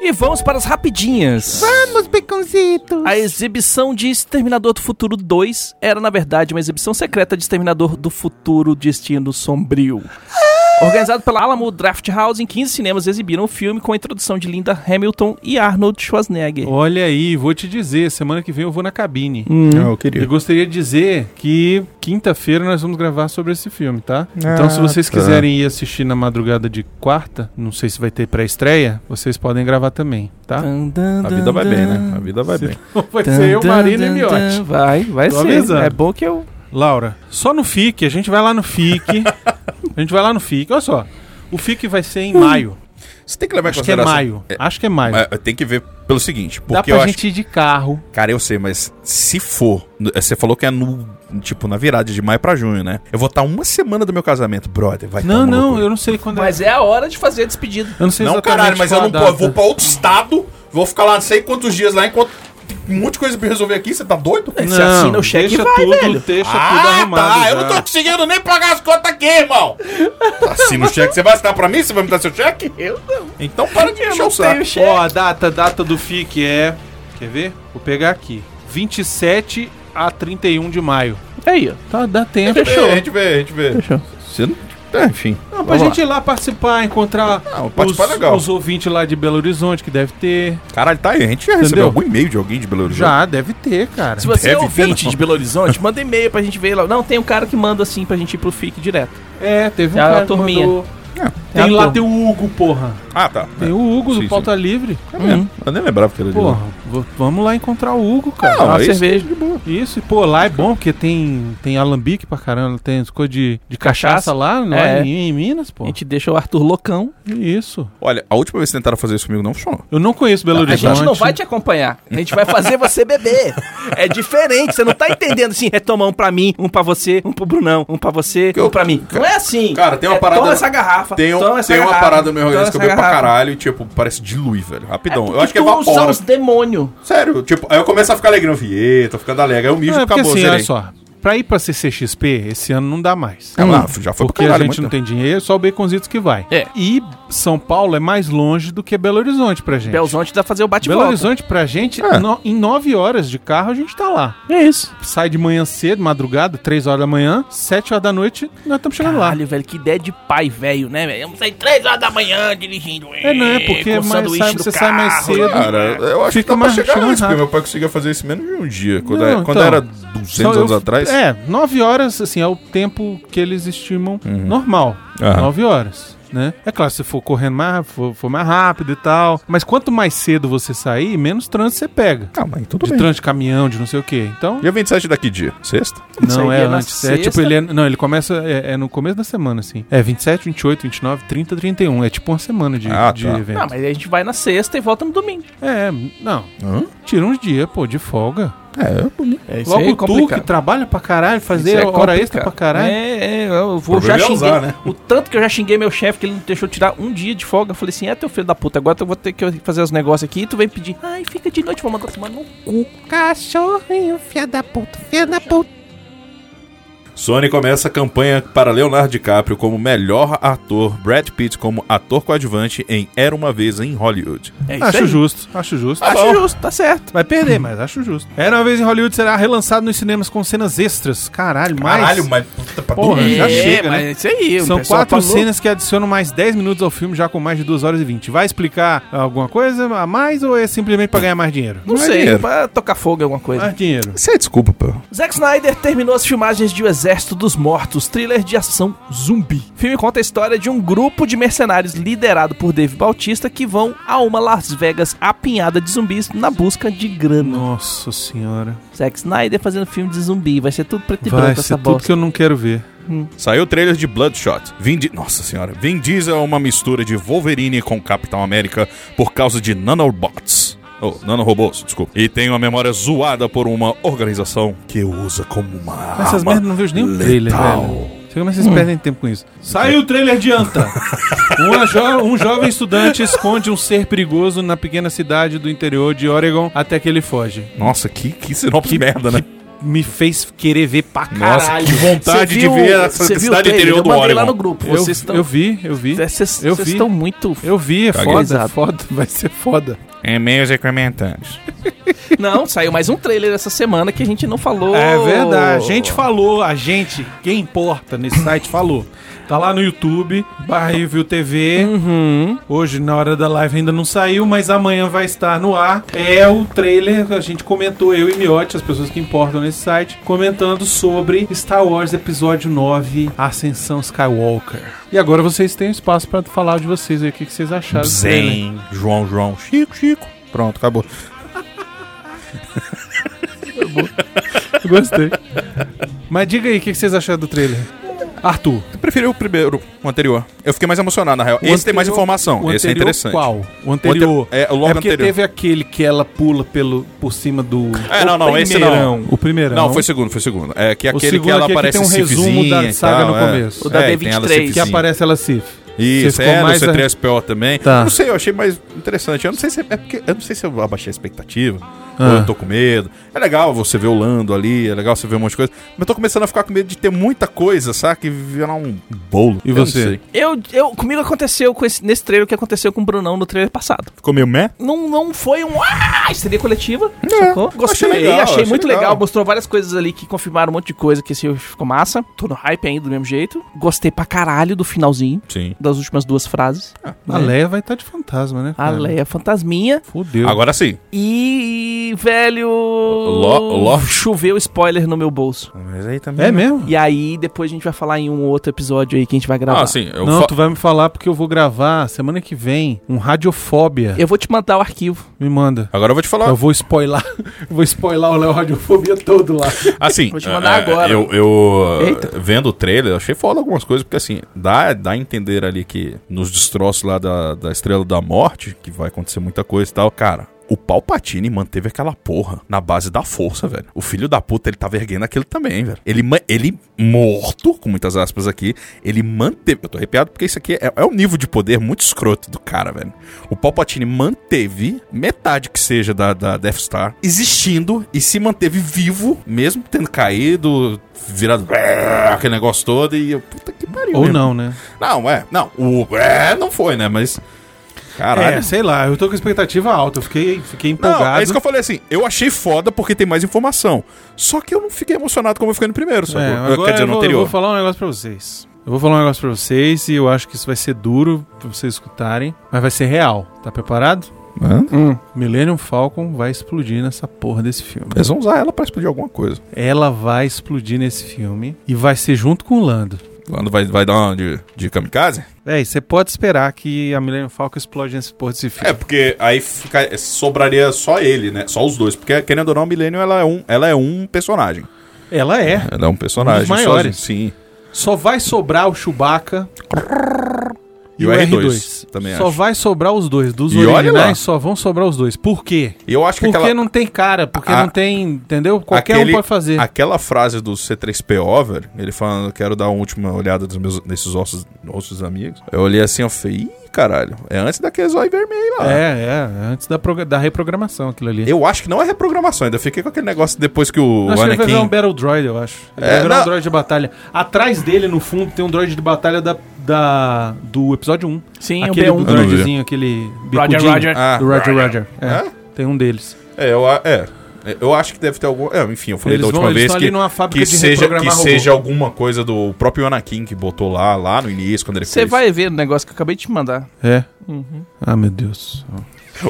Speaker 2: E vamos para as rapidinhas.
Speaker 3: Vamos, Baconzitos.
Speaker 2: A exibição de Exterminador do Futuro 2 era, na verdade, uma exibição secreta de Exterminador do Futuro Destino Sombrio. Organizado pela Alamo Draft House, em 15 cinemas exibiram o filme com a introdução de Linda Hamilton e Arnold Schwarzenegger. Hum.
Speaker 3: Olha aí, vou te dizer, semana que vem eu vou na cabine.
Speaker 4: eu
Speaker 3: Eu
Speaker 4: queria.
Speaker 3: gostaria de dizer que quinta-feira nós vamos gravar sobre esse filme, tá? então, se vocês
Speaker 4: tá.
Speaker 3: quiserem ir assistir na madrugada de quarta, não sei se vai ter pré-estreia, vocês podem gravar também, tá?
Speaker 4: A vida vai bem, né? A vida vai bem.
Speaker 3: Vai ser eu, Marina e Miotti.
Speaker 2: Vai, vai
Speaker 3: Tô
Speaker 2: ser.
Speaker 3: avisando.
Speaker 2: É bom que eu.
Speaker 3: Laura, só no FIC, a gente vai lá no FIC. a gente vai lá no FIC. Olha só, o FIC vai ser em maio.
Speaker 4: Você tem que levar em
Speaker 3: Acho que é
Speaker 4: consideração.
Speaker 3: maio. Acho que é maio.
Speaker 4: Mas Tem que ver pelo seguinte,
Speaker 3: Dá
Speaker 4: porque eu
Speaker 3: pra
Speaker 4: acho
Speaker 3: gente ir de carro.
Speaker 4: Cara, eu sei, mas se for. n- Você falou que é no. Tipo, na virada de maio pra junho, né? Eu vou estar uma semana do meu casamento, brother. Vai tá
Speaker 3: Não,
Speaker 4: uma
Speaker 3: não,
Speaker 4: loucura.
Speaker 3: eu não sei quando é.
Speaker 2: Mas é a hora de fazer a despedida.
Speaker 3: Eu não sei
Speaker 4: Não,
Speaker 3: exatamente
Speaker 4: caralho, mas eu
Speaker 3: qual
Speaker 4: não
Speaker 3: a
Speaker 4: posso.
Speaker 3: data.
Speaker 4: Vou pra outro estado, vou ficar lá não sei quantos dias lá enquanto. Tem um monte de coisa pra resolver aqui, você tá doido?
Speaker 2: Você assina o cheque e
Speaker 3: deixa
Speaker 2: vai,
Speaker 3: tudo,
Speaker 2: velho.
Speaker 3: Deixa tudo arrumado.
Speaker 4: tá, eu não
Speaker 3: já.
Speaker 4: tô conseguindo nem pagar as contas aqui, irmão. Assina o cheque, você vai assinar pra mim? Você vai me dar seu cheque? Eu não. Então para de encher o saco.
Speaker 3: Ó, a data, a data do FIC é. Quer ver? Vou pegar aqui. 27 a 31 de maio.
Speaker 2: Aí, ó.
Speaker 3: Tá, dá
Speaker 4: *laughs*
Speaker 3: tempo.
Speaker 4: É, a gente vê, a gente vê.
Speaker 2: Fechou.
Speaker 4: Você não... é, enfim.
Speaker 3: Não, pra gente ir lá participar, encontrar
Speaker 4: Não, participar
Speaker 3: os,
Speaker 4: é legal.
Speaker 3: os ouvintes lá de Belo Horizonte, que deve ter.
Speaker 4: Caralho, tá aí. A gente já recebeu
Speaker 3: Entendeu?
Speaker 4: algum e-mail de alguém de Belo Horizonte?
Speaker 3: Já, deve ter, cara.
Speaker 2: Se você é
Speaker 4: Deve ter,
Speaker 2: ouvinte
Speaker 4: não.
Speaker 2: de Belo Horizonte, manda e-mail pra gente ver lá. Não, tem um cara que manda assim pra gente ir pro FIC direto.
Speaker 3: É, teve um
Speaker 2: É a
Speaker 3: cara que
Speaker 2: turminha.
Speaker 3: mandou-
Speaker 2: É a
Speaker 3: Tem lá,
Speaker 2: turma.
Speaker 3: tem o Hugo, porra.
Speaker 4: Ah, tá.
Speaker 3: Tem o Hugo
Speaker 4: Sim,
Speaker 3: do Pauta Livre.
Speaker 4: É mesmo. Eu nem lembrava que era de lá.
Speaker 3: um. Porra, v- vamos lá encontrar o Hugo, cara.
Speaker 4: Não,
Speaker 2: Uma
Speaker 4: é isso.
Speaker 2: cerveja.
Speaker 3: Isso, e pô, lá é bom porque tem, tem alambique pra caramba, tem as coisas de, de cachaça
Speaker 2: Cachaça.
Speaker 3: lá, lá
Speaker 2: É.
Speaker 3: em, em Minas, pô.
Speaker 2: A gente deixa o Arthur loucão.
Speaker 3: Isso.
Speaker 4: Olha, a última vez que tentaram fazer isso comigo não funcionou.
Speaker 3: Eu não conheço Belo
Speaker 2: É, A
Speaker 3: Horizonte.
Speaker 2: gente não vai te acompanhar. A gente vai fazer você beber. É diferente. Você não tá entendendo assim. É tomar um pra mim, um pra você, um pro Brunão, um pra você,
Speaker 4: eu-
Speaker 2: um pra mim. Não é assim.
Speaker 4: Cara, tem uma
Speaker 2: É,
Speaker 4: parada-
Speaker 2: Toma essa garrafa.
Speaker 4: Tem, um-
Speaker 2: toma essa
Speaker 4: tem uma
Speaker 2: garrafa,
Speaker 4: parada no meu
Speaker 2: toma
Speaker 4: organismo que
Speaker 2: essa
Speaker 4: eu bebo pra
Speaker 2: garrafa. É,
Speaker 4: caralho e, tipo, parece dilui, velho. Rapidão. eu acho que é
Speaker 2: tu usa
Speaker 4: evapora.
Speaker 2: os demônio.
Speaker 4: Sério, tipo, aí eu começo a ficar alegre. Eu fico, "Ê, tô ficando alegre. Aí eu mijo
Speaker 3: Não,
Speaker 4: e
Speaker 3: é porque
Speaker 4: acabou,
Speaker 3: assim,
Speaker 4: zerei.
Speaker 3: olha só. Pra ir pra CCXP, esse ano não dá mais.
Speaker 4: Ah, lá, já foi
Speaker 3: Porque a
Speaker 4: pra caralho, tá.
Speaker 3: gente não
Speaker 4: muito
Speaker 3: tem dinheiro, só o Baconzitos que vai.
Speaker 2: É.
Speaker 3: E São Paulo é mais longe do que Belo Horizonte pra gente.
Speaker 2: Belzonte dá pra fazer o
Speaker 3: Belo
Speaker 2: bate-volta.
Speaker 3: Horizonte pra gente,
Speaker 4: É.
Speaker 3: no- em 9 horas de carro a gente tá lá.
Speaker 2: É isso.
Speaker 3: Sai de manhã cedo, madrugada, 3 horas da manhã, 7 horas da noite, nós estamos chegando lá.
Speaker 2: Caralho, velho, que ideia de pai velho, né, velho? Vamos sair três horas da manhã dirigindo.
Speaker 3: É, não, é porque mais-
Speaker 2: com sanduíche
Speaker 3: sai-
Speaker 2: no
Speaker 3: você sai mais
Speaker 2: carro.
Speaker 3: cedo.
Speaker 4: Cara, eu acho
Speaker 3: Fica
Speaker 4: que dá pra
Speaker 3: mais-
Speaker 4: chegar
Speaker 3: chega mais
Speaker 4: antes, porque
Speaker 3: rápido.
Speaker 4: meu pai conseguia fazer isso menos de um dia. Quando,
Speaker 3: Não,
Speaker 4: era, quando
Speaker 3: então.
Speaker 4: era du-
Speaker 3: Só
Speaker 4: 600 anos
Speaker 3: eu-
Speaker 4: atrás.
Speaker 3: É, 9 horas, assim, é o tempo que eles estimam normal.
Speaker 4: Uhum. Aham.
Speaker 3: 9 horas. Né? É claro, se for correndo mais, for, for mais rápido e tal. Mas quanto mais cedo você sair, menos trânsito você pega.
Speaker 4: Ah, mas tudo
Speaker 3: de
Speaker 4: bem.
Speaker 3: trânsito de caminhão, de não sei o quê. Então.
Speaker 4: Dia 27 daqui dia. Sexta?
Speaker 2: Isso
Speaker 3: Não,
Speaker 2: aí
Speaker 3: é
Speaker 2: é na
Speaker 3: antes. É tipo,
Speaker 2: sexta?
Speaker 3: ele é, Não, ele começa. É, é no começo da semana, assim. É 27, 28, 29, 30, 31. É tipo uma semana de,
Speaker 4: Ah,
Speaker 3: de
Speaker 4: tá.
Speaker 3: evento.
Speaker 2: Não, mas a gente vai na sexta e volta no domingo.
Speaker 3: É, não.
Speaker 4: Hã?
Speaker 3: Tira uns dias, pô, de folga.
Speaker 4: É, domingo.
Speaker 2: É
Speaker 3: Logo tu que trabalha pra caralho, fazer hora extra pra caralho.
Speaker 2: É, é, eu vou, já
Speaker 4: problema é
Speaker 2: xinguei.
Speaker 4: usar, né?
Speaker 2: O tanto que eu já xinguei meu chefe, que ele não deixou eu tirar um dia de folga. Eu falei assim: é, teu filho da puta, agora eu vou ter que fazer os negócios aqui e tu vem pedir. Ai, fica de noite, vou mandar tomar no cu.
Speaker 5: Cachorrinho, filha da puta, filha da puta.
Speaker 4: Sony começa a campanha para Leonardo DiCaprio como melhor ator, Brad Pitt como ator coadjuvante em Era Uma Vez em Hollywood.
Speaker 2: É
Speaker 3: acho
Speaker 2: aí.
Speaker 3: justo, acho justo.
Speaker 2: Acho
Speaker 4: bom.
Speaker 2: justo, tá certo.
Speaker 3: Vai perder, mas acho justo. Era uma vez em Hollywood será relançado nos cinemas com cenas extras. Caralho, mais.
Speaker 4: mas...
Speaker 3: Porra,
Speaker 2: É,
Speaker 3: já chega,
Speaker 2: mas
Speaker 3: né?
Speaker 2: é isso aí. o
Speaker 3: São
Speaker 2: pessoal tá
Speaker 3: quatro
Speaker 2: falou.
Speaker 3: cenas que adicionam mais 10 minutos ao filme, já com mais de 2 horas e 20. Vai explicar alguma coisa a mais ou é simplesmente pra ganhar mais dinheiro?
Speaker 2: Não
Speaker 4: Não é
Speaker 2: sei,
Speaker 4: dinheiro.
Speaker 2: pra tocar fogo em alguma coisa.
Speaker 3: Mais dinheiro.
Speaker 4: Isso é desculpa, pô.
Speaker 2: Zack Snyder terminou as filmagens de O Exército dos Mortos, thriller de ação zumbi. O filme conta a história de um grupo de mercenários liderado por Dave Bautista que vão a uma Las Vegas apinhada de zumbis na busca de grana.
Speaker 3: Nossa senhora.
Speaker 2: Zack Snyder fazendo filme de zumbi, vai ser tudo preto e
Speaker 3: Vai
Speaker 2: branco
Speaker 3: ser
Speaker 2: essa
Speaker 3: tudo
Speaker 2: bosta.
Speaker 3: que eu não quero ver.
Speaker 4: Saiu o trailer de Bloodshot. Vin Di- Nossa senhora. Vin Diesel é uma mistura de Wolverine com Capitão América por causa de nanobots. Oh, nanorobôs, desculpa. E tem uma memória zoada por uma organização que usa como uma arma
Speaker 3: Essas merdas eu não vejo nem o trailer,
Speaker 4: letal.
Speaker 3: velho. Você como é que vocês perdem tempo com isso? Saiu o trailer de Anta. *laughs* Uma jo- um jovem estudante esconde um ser perigoso na pequena cidade do interior de Oregon até que ele foge.
Speaker 4: Nossa, que, que sinopse merda, né?
Speaker 3: Me fez querer ver pra caralho.
Speaker 4: Nossa, que vontade
Speaker 2: Você
Speaker 4: de
Speaker 2: viu-
Speaker 4: ver essa
Speaker 2: você viu o
Speaker 4: cidade
Speaker 2: trailer?
Speaker 4: interior
Speaker 2: Eu
Speaker 4: do
Speaker 2: mandei
Speaker 4: Oregon.
Speaker 2: lá no grupo,
Speaker 3: Eu,
Speaker 2: vocês é estão...
Speaker 3: eu vi, eu vi.
Speaker 2: Vocês
Speaker 3: eu
Speaker 2: vocês
Speaker 3: vi.
Speaker 2: estão muito...
Speaker 3: Eu vi, é
Speaker 4: Caguei.
Speaker 3: foda, é
Speaker 2: Exato.
Speaker 3: foda, vai ser foda.
Speaker 4: E-mails e comentários.
Speaker 2: Não, saiu mais um trailer essa semana que a gente não falou.
Speaker 3: É verdade, a gente falou, a gente, quem importa nesse site falou. Tá lá no YouTube, barra Review TV. Hoje, na hora da live, ainda não saiu, mas amanhã vai estar no ar. É o trailer, a gente comentou, eu e Miotti, as pessoas que importam nesse site, comentando sobre Star Wars Episódio 9, Ascensão Skywalker. E agora vocês têm espaço pra falar de vocês aí, o que, que vocês acharam do trailer.
Speaker 4: Zen, João, João, Chico, Chico. Pronto, acabou.
Speaker 3: Gostei. Mas diga aí, o que, que vocês acharam do trailer? Arthur.
Speaker 4: Eu preferi o primeiro, o anterior. Eu fiquei mais emocionado, na real.
Speaker 3: O
Speaker 4: Esse tem mais
Speaker 3: anterior-
Speaker 4: informação,
Speaker 3: o
Speaker 4: esse é
Speaker 3: anterior
Speaker 4: interessante.
Speaker 3: Qual? O anterior.
Speaker 4: é, o logo
Speaker 3: é porque
Speaker 4: anterior.
Speaker 3: teve aquele que ela pula pelo, por cima do.
Speaker 4: É, não, não, esse não.
Speaker 3: primeirão, O primeiro.
Speaker 4: Não, foi o segundo, foi o segundo. É que
Speaker 3: O
Speaker 4: aquele
Speaker 3: segundo
Speaker 4: que ela
Speaker 3: aqui é que
Speaker 4: aparece
Speaker 3: tem um resumo da
Speaker 4: cifzinha e
Speaker 3: saga
Speaker 4: tal,
Speaker 3: no
Speaker 4: é.
Speaker 3: começo.
Speaker 2: O da
Speaker 4: É,
Speaker 2: D23.
Speaker 4: tem ela
Speaker 3: Que
Speaker 4: cifzinha.
Speaker 3: aparece ela Cif.
Speaker 4: Isso,
Speaker 3: Você
Speaker 4: é,
Speaker 3: ficou
Speaker 4: no
Speaker 3: mais a-
Speaker 4: C3PO também.
Speaker 3: Tá.
Speaker 4: Eu não sei, eu achei mais interessante. Eu não sei se é, é porque eu não sei se eu abaixei a expectativa.
Speaker 3: Ah.
Speaker 4: Ou eu tô com medo. É legal você ver o Lando ali, é legal você ver um monte de coisa. Mas eu tô começando a ficar com medo de ter muita coisa, saca? E virar um bolo.
Speaker 3: E
Speaker 4: Eu não
Speaker 3: você?
Speaker 4: sei.
Speaker 2: Eu, eu, comigo aconteceu com esse, nesse trailer o que aconteceu com o Brunão no trailer passado.
Speaker 4: Ficou meio meh?
Speaker 2: não, não foi um ah, histeria coletiva, sacou? Gostei,
Speaker 4: É, achei
Speaker 2: achei,
Speaker 4: legal, achei
Speaker 2: muito
Speaker 4: legal.
Speaker 2: legal. Mostrou várias coisas ali que confirmaram um monte de coisa que esse filme ficou massa. Tô no hype ainda do mesmo jeito. Gostei pra caralho do finalzinho,
Speaker 4: Sim.
Speaker 2: das últimas duas frases.
Speaker 4: Ah,
Speaker 3: A Leia vai estar de fantasma, né?
Speaker 2: A
Speaker 4: é.
Speaker 3: cara?
Speaker 2: Leia fantasminha
Speaker 3: Fudeu.
Speaker 4: Agora sim.
Speaker 2: e, velho,
Speaker 4: lo-
Speaker 2: choveu spoiler no meu bolso.
Speaker 4: Mas aí também.
Speaker 3: É mesmo?
Speaker 2: E aí depois a gente vai falar em um outro episódio aí que a gente vai gravar.
Speaker 4: Ah, sim. Eu
Speaker 3: não,
Speaker 4: fa-
Speaker 3: tu vai me falar porque eu vou gravar semana que vem um Radiofobia.
Speaker 2: Eu vou te mandar o arquivo.
Speaker 3: Me manda.
Speaker 4: Agora eu vou te falar.
Speaker 3: Eu vou spoiler. *laughs* eu vou spoiler o Léo Radiofobia todo lá.
Speaker 4: Assim,
Speaker 2: Vou te mandar
Speaker 4: é,
Speaker 2: agora.
Speaker 4: eu, eu,
Speaker 2: Eita.
Speaker 4: vendo o trailer, eu achei foda algumas coisas, porque assim, dá, dá a entender ali que nos destroços lá da, da Estrela da Morte, que vai acontecer muita coisa e tal, cara. O Palpatine manteve aquela porra na base da força, velho. O filho da puta, ele tava erguendo aquilo também, velho. Ele, ma- ele morto, com muitas aspas aqui, ele manteve. Eu tô arrepiado porque isso aqui é, é um nível de poder muito escroto do cara, velho. O Palpatine manteve metade que seja da, da Death Star existindo e se manteve vivo, mesmo tendo caído, virado *laughs* aquele negócio todo e. eu, Puta que pariu.
Speaker 3: Ou
Speaker 4: irmão.
Speaker 3: não, né?
Speaker 4: Não, é. Não, o. É, não foi, né? Mas. Caralho. assim,
Speaker 3: É, sei lá, eu tô com expectativa alta, eu fiquei, fiquei empolgado.
Speaker 4: Não, é isso que eu falei assim. Eu achei foda porque tem mais informação. Só que eu não fiquei emocionado como eu fiquei no primeiro, sabe?
Speaker 3: É,
Speaker 4: Eu-
Speaker 3: agora
Speaker 4: Quer dizer,
Speaker 3: eu
Speaker 4: no
Speaker 3: vou,
Speaker 4: anterior.
Speaker 3: eu vou falar um negócio pra vocês. Eu vou falar um negócio pra vocês e eu acho que isso vai ser duro pra vocês escutarem, mas vai ser real. Tá preparado?
Speaker 6: Hã?
Speaker 3: Millennium Falcon vai explodir nessa porra desse filme.
Speaker 6: Eles vão usar ela pra explodir alguma coisa.
Speaker 3: Ela vai explodir nesse filme e vai ser junto com o Lando.
Speaker 6: Lando vai, vai dar uma de, de kamikaze?
Speaker 3: Véi, você pode esperar que a Millennium Falcon explode nesse porra desse filme.
Speaker 4: É, porque aí
Speaker 6: é,
Speaker 4: fica- sobraria só ele, né? Só os dois. Porque, querendo ou não, a Millennium ela é um, ela é um personagem.
Speaker 3: Ela é.
Speaker 6: Ela é um personagem.
Speaker 3: Um dos maiores.
Speaker 6: sozinho. Sim.
Speaker 3: Só vai sobrar o Chewbacca
Speaker 6: E o R2, também
Speaker 3: Só
Speaker 6: acho.
Speaker 3: vai sobrar os dois. Dos
Speaker 6: E olha lá.
Speaker 3: originais, só vão sobrar os dois. Por quê?
Speaker 6: E eu acho que
Speaker 3: Porque
Speaker 6: Tipo aquela,
Speaker 3: não tem cara, porque
Speaker 6: A-
Speaker 3: não tem, entendeu? Qualquer
Speaker 6: aquele-
Speaker 3: um pode fazer.
Speaker 6: aquela frase do C3PO, velho, ele falando, quero dar uma última olhada dos meus, nesses ossos, ossos amigos. Eu olhei assim, eu falei, Ih, caralho, é antes daquele zóio vermelho lá.
Speaker 3: É, é, antes da, proga- da reprogramação aquilo ali.
Speaker 6: Eu acho que não é reprogramação, ainda fiquei com aquele negócio depois que o
Speaker 3: acho que ele vai virar um
Speaker 6: Anakin...
Speaker 3: Battle Droid, eu acho. Ele
Speaker 6: É,
Speaker 3: vai virar
Speaker 6: não.
Speaker 3: um droid de batalha. Atrás dele, no fundo, tem um droid de batalha da, da- do episódio 1.
Speaker 2: Sim,
Speaker 3: aquele
Speaker 2: o B1.
Speaker 6: Eu não vi.
Speaker 3: droidzinho, aquele
Speaker 1: Roger,
Speaker 3: bicudinho.
Speaker 1: Roger.
Speaker 6: Ah,
Speaker 3: Do Roger Roger. É,
Speaker 6: É?
Speaker 3: Tem um deles.
Speaker 6: é, eu, a- é, eu acho que deve ter algum... É, enfim, eu falei
Speaker 3: Eles
Speaker 6: da última
Speaker 3: vão- eles
Speaker 6: vez
Speaker 3: estão
Speaker 6: que...
Speaker 3: ali numa fábrica
Speaker 6: Que
Speaker 3: de
Speaker 6: seja, que
Speaker 3: reprogramar robô.
Speaker 6: seja alguma coisa do próprio Anakin que botou lá, lá no início, quando ele
Speaker 2: Você
Speaker 6: fez.
Speaker 2: vai ver o negócio que eu acabei de te mandar.
Speaker 3: É. Ah, meu Deus.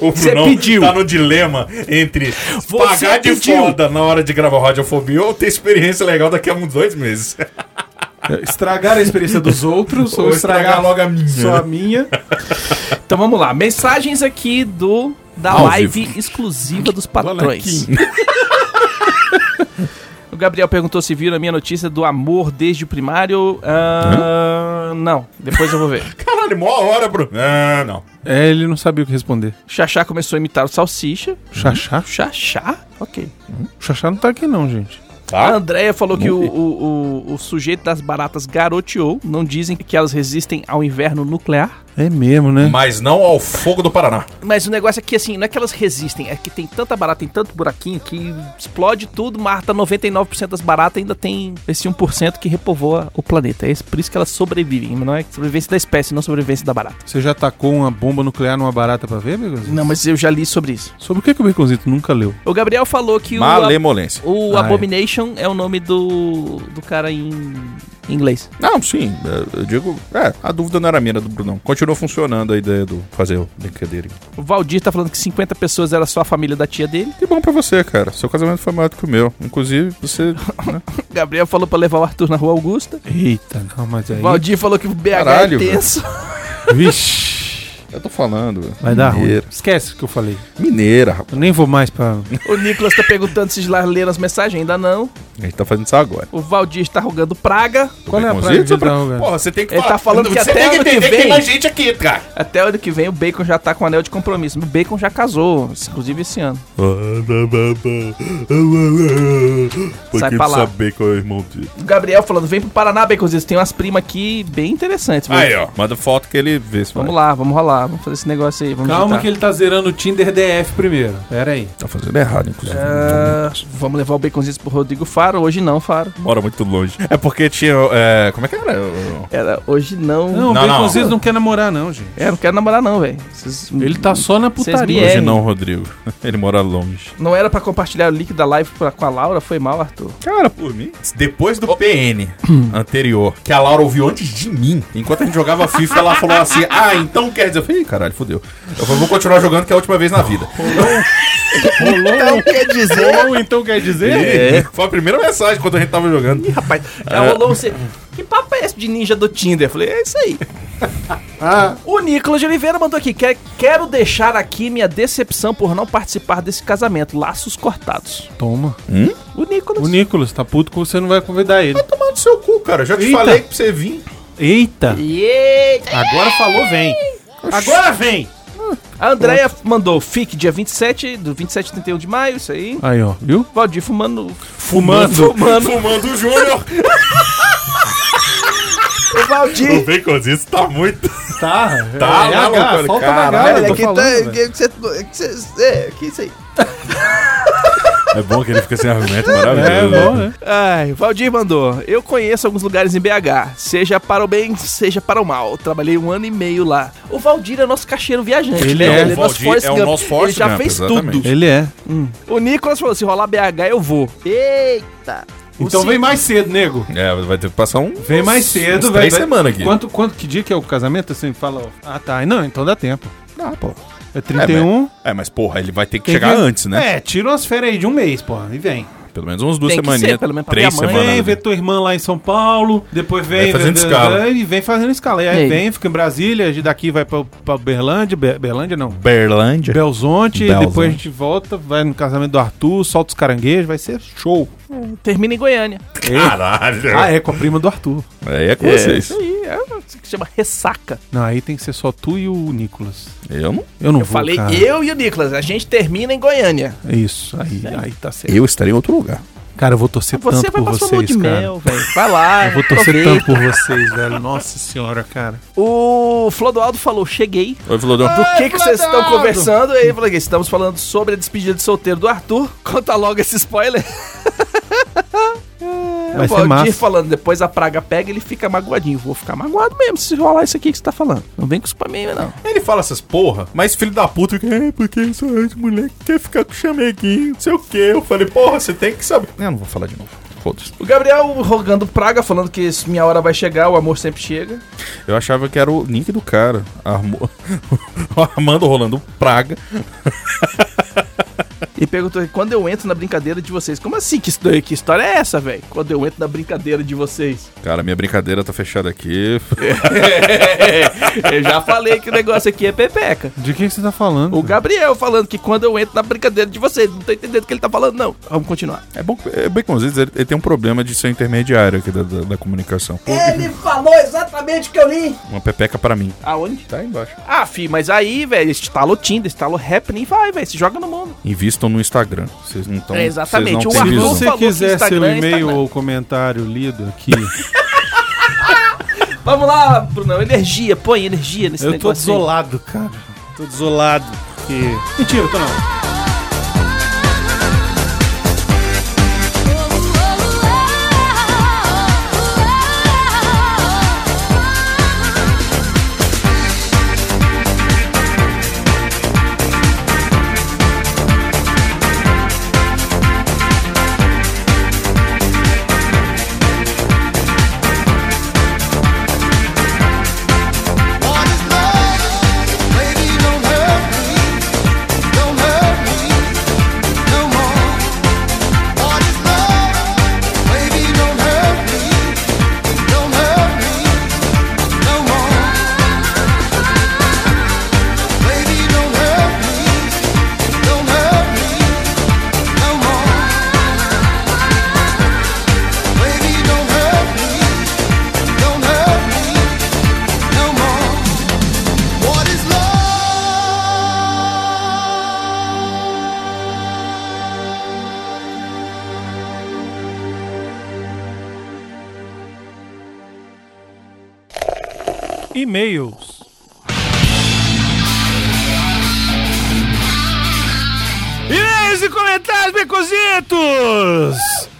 Speaker 4: O
Speaker 2: Você
Speaker 4: Brunão
Speaker 2: pediu.
Speaker 4: tá no dilema entre
Speaker 2: Você
Speaker 4: pagar de
Speaker 2: pediu.
Speaker 4: foda na hora de gravar radiofobia ou ter experiência legal daqui a uns dois meses.
Speaker 3: É, Estragar a experiência dos outros ou estragar logo
Speaker 4: a minha.
Speaker 3: só a
Speaker 6: *laughs* É.
Speaker 3: minha.
Speaker 2: Então vamos lá. Mensagens aqui do da
Speaker 6: Ao
Speaker 2: live exclusiva dos patrões. *laughs* o Gabriel perguntou se viram a minha notícia do amor desde o primário. Ah, não, depois eu vou ver.
Speaker 4: Caralho, mó hora, Bruno. Não, não.
Speaker 3: É, ele não sabia o que responder.
Speaker 2: Xaxá começou a imitar o Salsicha.
Speaker 3: Xaxá?
Speaker 2: Xaxá? Ok.
Speaker 3: O Xaxá não tá aqui não, gente.
Speaker 2: A
Speaker 3: Ah,
Speaker 4: Tá?
Speaker 2: Andrea falou que o, o- o- o sujeito das baratas garoteou. Não dizem que elas resistem ao inverno nuclear.
Speaker 3: É mesmo, né?
Speaker 4: Mas não ao fogo do Paraná.
Speaker 2: Mas o negócio é que, assim, não é que elas resistem, é que tem tanta barata, tem tanto buraquinho que explode tudo, mata 99% das baratas, ainda tem esse 1% que repovoa o planeta. É esse- por isso que elas sobrevivem. Não é sobrevivência da espécie, não sobrevivência da barata.
Speaker 3: Você já tacou uma bomba nuclear numa barata pra ver, Bigozinho?
Speaker 2: Não, mas eu já li sobre isso.
Speaker 3: Sobre o que, que o Baconzito nunca leu?
Speaker 2: O Gabriel falou que o, Ab-
Speaker 6: Malemolência.
Speaker 2: o
Speaker 3: Ah, é.
Speaker 2: Abomination é o nome do, do cara em em inglês.
Speaker 6: Não, sim, é, eu digo. É, a dúvida não era minha era do Brunão. Continua funcionando a ideia do fazer o brincadeira.
Speaker 2: O Valdir tá falando que 50 pessoas era só a família da tia dele. *laughs*
Speaker 6: Que bom pra você, cara. Seu casamento foi maior do que o meu. Inclusive, você. né,
Speaker 2: O Gabriel falou pra levar o Arthur na Rua Augusta.
Speaker 3: Eita, não, mas aí...
Speaker 2: O Valdir falou que o BH
Speaker 6: Caralho,
Speaker 2: é tenso.
Speaker 3: Vixe,
Speaker 6: Eu tô falando, velho.
Speaker 3: vai dar ruim.
Speaker 6: Mineira.
Speaker 3: Esquece o que eu falei.
Speaker 6: Mineira, rapaz.
Speaker 3: Eu nem vou mais pra...
Speaker 2: *laughs* O Nicolas tá perguntando se lá leram as mensagens. Ainda não.
Speaker 6: A gente tá fazendo isso agora.
Speaker 2: O Valdir tá rogando praga.
Speaker 3: Qual é a
Speaker 6: Baconzito,
Speaker 3: praia de
Speaker 6: seu pra-
Speaker 3: Vidal, velho?
Speaker 4: Porra, você tem que
Speaker 2: Ele tá falando que
Speaker 4: você
Speaker 2: até
Speaker 4: tem que
Speaker 2: ano que
Speaker 4: entender que tem
Speaker 2: vem-
Speaker 4: mais gente aqui, cara.
Speaker 2: Até ano que vem o Bacon já tá com anel de compromisso. O Bacon já casou, inclusive esse ano. Sai pra lá.
Speaker 4: saber qual é o irmão dele.
Speaker 2: O Gabriel falando, vem pro Paraná, Baconzitos. Tem umas primas aqui bem interessantes. viu?
Speaker 4: Aí, ó.
Speaker 6: Manda foto que ele vê se
Speaker 2: Vamos
Speaker 6: vai.
Speaker 2: lá, vamos rolar. Vamos fazer esse negócio aí. Vamos
Speaker 3: Calma
Speaker 2: digitar.
Speaker 3: que ele tá zerando o Tinder DF primeiro. Pera aí.
Speaker 6: Tá fazendo errado, inclusive.
Speaker 2: Ah, vamos levar o Baconzitos pro Rodrigo Faro. Hoje não, Faro.
Speaker 6: Mora muito longe. É porque tinha. é, como é que era? O-
Speaker 2: Era, hoje não.
Speaker 3: Não, o
Speaker 4: Não, não.
Speaker 3: Baconzito não quer namorar não, gente.
Speaker 2: É, não quero namorar não, velho. Vocês-
Speaker 3: Ele tá só na
Speaker 2: Vocês
Speaker 3: putaria.
Speaker 4: É,
Speaker 2: vieram.
Speaker 6: Hoje
Speaker 2: Pierre.
Speaker 6: não,
Speaker 4: *laughs*
Speaker 6: Rodrigo. Ele mora longe.
Speaker 2: Não era pra compartilhar o link da live pra- com a Laura, foi mal, Arthur.
Speaker 6: Cara, por mim.
Speaker 4: Depois do *clears throat* PN anterior, que a Laura ouviu antes de mim, enquanto a gente jogava FIFA, ela falou assim: Ah, então quer dizer. Eu falei, "Ih, caralho, fodeu. Eu falei, vou continuar jogando que é a última vez na vida.
Speaker 2: Então quer dizer.
Speaker 3: Ou um- então quer dizer...
Speaker 4: *laughs* É. *laughs* Foi a primeira mensagem quando a gente tava jogando.
Speaker 2: Rapaz, já rolou você. Que papo é esse de ninja do Tinder? Eu falei, é
Speaker 3: *laughs*
Speaker 2: isso aí.
Speaker 3: Ah.
Speaker 2: O Nicolas de Oliveira mandou aqui: "Quer- quero deixar aqui minha decepção por não participar desse casamento. Laços cortados.
Speaker 3: Toma.
Speaker 2: O Nicolas.
Speaker 3: O Nicolas tá puto que você não vai convidar ele.
Speaker 4: Tomar no seu cu, cara. Já te
Speaker 3: Eita.
Speaker 4: falei pra você vir.
Speaker 3: Eita.
Speaker 2: Eita.
Speaker 3: Agora falou, vem. Agora vem.
Speaker 2: A Andrea mandou: fique dia 27, do 27 a 31 de maio, isso aí.
Speaker 3: Aí, ó, viu?
Speaker 2: Valdir fumando.
Speaker 3: Fumando.
Speaker 2: Fumando.
Speaker 4: Fumando o *laughs* Júnior.
Speaker 2: O Valdir.
Speaker 4: Vem com isso, tá muito.
Speaker 3: Tá,
Speaker 4: Tá,
Speaker 3: é,
Speaker 4: maluco,
Speaker 3: H,
Speaker 4: cara.
Speaker 3: falta
Speaker 4: Caralho,
Speaker 3: H, eu tô
Speaker 2: que
Speaker 3: falando, velho.
Speaker 2: É, que isso aí.
Speaker 4: É bom que ele fica sem argumento,
Speaker 3: É bom, né?
Speaker 2: Ai, Valdir mandou. Eu conheço alguns lugares em BH, seja para o bem, seja para o mal. Trabalhei um ano e meio lá. O Valdir é nosso cacheiro viajante.
Speaker 3: Ele
Speaker 2: né?
Speaker 3: é.
Speaker 2: Ele
Speaker 6: O
Speaker 2: nosso
Speaker 6: Valdir
Speaker 2: Forrest
Speaker 6: é o
Speaker 2: Gump.
Speaker 6: nosso Forrest
Speaker 2: Ele já
Speaker 6: Gump,
Speaker 2: fez
Speaker 6: exatamente.
Speaker 2: tudo.
Speaker 3: Ele é.
Speaker 2: O Nicolas falou: se rolar BH, eu vou. Eita! O
Speaker 3: Então
Speaker 2: Cid-
Speaker 3: vem mais cedo, nego.
Speaker 6: É, vai ter que passar um.
Speaker 3: Vem mais cedo,
Speaker 6: uns
Speaker 3: velho.
Speaker 6: Três semanas aqui.
Speaker 3: Quanto, quanto, que dia que é o casamento? Assim, fala, ó. Ah, tá. Não, então dá tempo.
Speaker 6: Dá, pô.
Speaker 3: É 31.
Speaker 4: É, mas porra, ele vai ter que
Speaker 3: Tem
Speaker 4: chegar
Speaker 3: que-
Speaker 4: antes, né?
Speaker 3: É, tira umas férias aí de um mês, porra, e vem.
Speaker 4: Pelo menos umas duas
Speaker 2: Tem que
Speaker 4: semanas.
Speaker 2: ser, pelo menos pra
Speaker 4: Três
Speaker 2: minha mãe.
Speaker 4: semanas.
Speaker 3: Vem,
Speaker 4: né?
Speaker 3: vê tua irmã lá em São Paulo, depois vem...
Speaker 4: Vai fazendo
Speaker 3: vem-
Speaker 4: escala.
Speaker 3: E vem fazendo escala. E aí
Speaker 7: Ei.
Speaker 3: vem, fica em Brasília, de daqui vai pra, pra Berlândia, Ber- Berlândia não,
Speaker 4: Berlândia.
Speaker 3: Belzonte,
Speaker 4: Belzonte.
Speaker 3: depois a gente volta, vai no casamento do Arthur, solta os caranguejos, vai ser show.
Speaker 2: Termina em Goiânia.
Speaker 4: Caralho.
Speaker 3: Ah, é, com a prima do Arthur.
Speaker 4: Aí é com vocês.
Speaker 2: Isso aí Ah, é o que chama ressaca.
Speaker 3: Não, aí tem que ser só tu e o Nicolas.
Speaker 4: Eu não.
Speaker 3: Eu não
Speaker 2: Eu
Speaker 3: vou,
Speaker 2: falei,
Speaker 3: cara.
Speaker 2: eu e o Nicolas, a gente termina em Goiânia.
Speaker 3: É Isso, aí, aí tá certo.
Speaker 4: Eu estarei em outro lugar.
Speaker 3: Cara, eu vou torcer
Speaker 2: Você
Speaker 3: tanto
Speaker 2: vai
Speaker 3: por
Speaker 2: passar um lua
Speaker 3: vocês,
Speaker 2: de
Speaker 3: cara.
Speaker 2: mel, velho. Vai lá.
Speaker 3: Eu vou torcer tanto
Speaker 2: aproveita.
Speaker 3: por vocês, velho. Nossa senhora, cara.
Speaker 2: O Flodoaldo falou, cheguei.
Speaker 4: Oi, Flodão.
Speaker 2: Do que, que vocês estão conversando? E aí eu falei, que estamos falando sobre a despedida de solteiro do Arthur. Conta logo esse spoiler.
Speaker 3: Vai
Speaker 2: Pô,
Speaker 3: ser
Speaker 2: o
Speaker 3: massa.
Speaker 2: Dir falando, depois a praga pega ele fica magoadinho. Vou ficar magoado mesmo se rolar isso aqui que você tá falando. Não vem com isso pra mim, não.
Speaker 4: Ele fala essas porra, mas filho da puta fica, é, porque só esse moleque quer ficar com o chameguinho, não sei o que. Eu falei, porra, você tem que saber. Eu não vou falar de novo. Foda-se.
Speaker 2: O Gabriel rogando praga, falando que isso- minha hora vai chegar, o amor sempre chega.
Speaker 4: Eu achava que era o nick do cara. Armo- *laughs* o Armando rolando praga.
Speaker 2: E perguntou, quando eu entro na brincadeira de vocês? Como assim? Que, histó- que história é essa, velho? Quando eu entro na brincadeira de vocês?
Speaker 4: Cara, minha brincadeira tá fechada *laughs* aqui.
Speaker 2: eu já falei que o negócio aqui é pepeca.
Speaker 3: De que, que você tá falando?
Speaker 2: O Gabriel falando que quando eu entro na brincadeira de vocês, não tô entendendo o que ele tá falando, não. Vamos continuar.
Speaker 4: É bom que é, Baconzitos, ele, ele tem um problema de ser intermediário aqui da, da- da comunicação.
Speaker 2: Ele falou exatamente o que eu li.
Speaker 4: Uma pepeca pra mim.
Speaker 2: Aonde?
Speaker 4: Tá aí embaixo.
Speaker 2: Ah, fi, mas aí, velho, instala o Tinder, instala o Happening, vai, velho, se joga no mundo.
Speaker 4: Invistam no Instagram. Vocês não estão.
Speaker 2: É, exatamente.
Speaker 4: Não
Speaker 2: O
Speaker 4: têm
Speaker 3: Se
Speaker 2: Arthur
Speaker 4: visão.
Speaker 2: Arnaldo
Speaker 3: você
Speaker 2: falou que
Speaker 3: quiser seu
Speaker 2: Instagram é
Speaker 3: e-mail
Speaker 2: Instagram.
Speaker 3: ou comentário lido
Speaker 2: *laughs*
Speaker 3: aqui,
Speaker 2: Vamos lá, Brunão, energia, põe energia nesse
Speaker 3: eu tô
Speaker 2: negócio. aí.
Speaker 3: desolado, cara. Tô desolado. Porque... Mentira, eu tô não. E-mails. E-mails e comentários, becositos!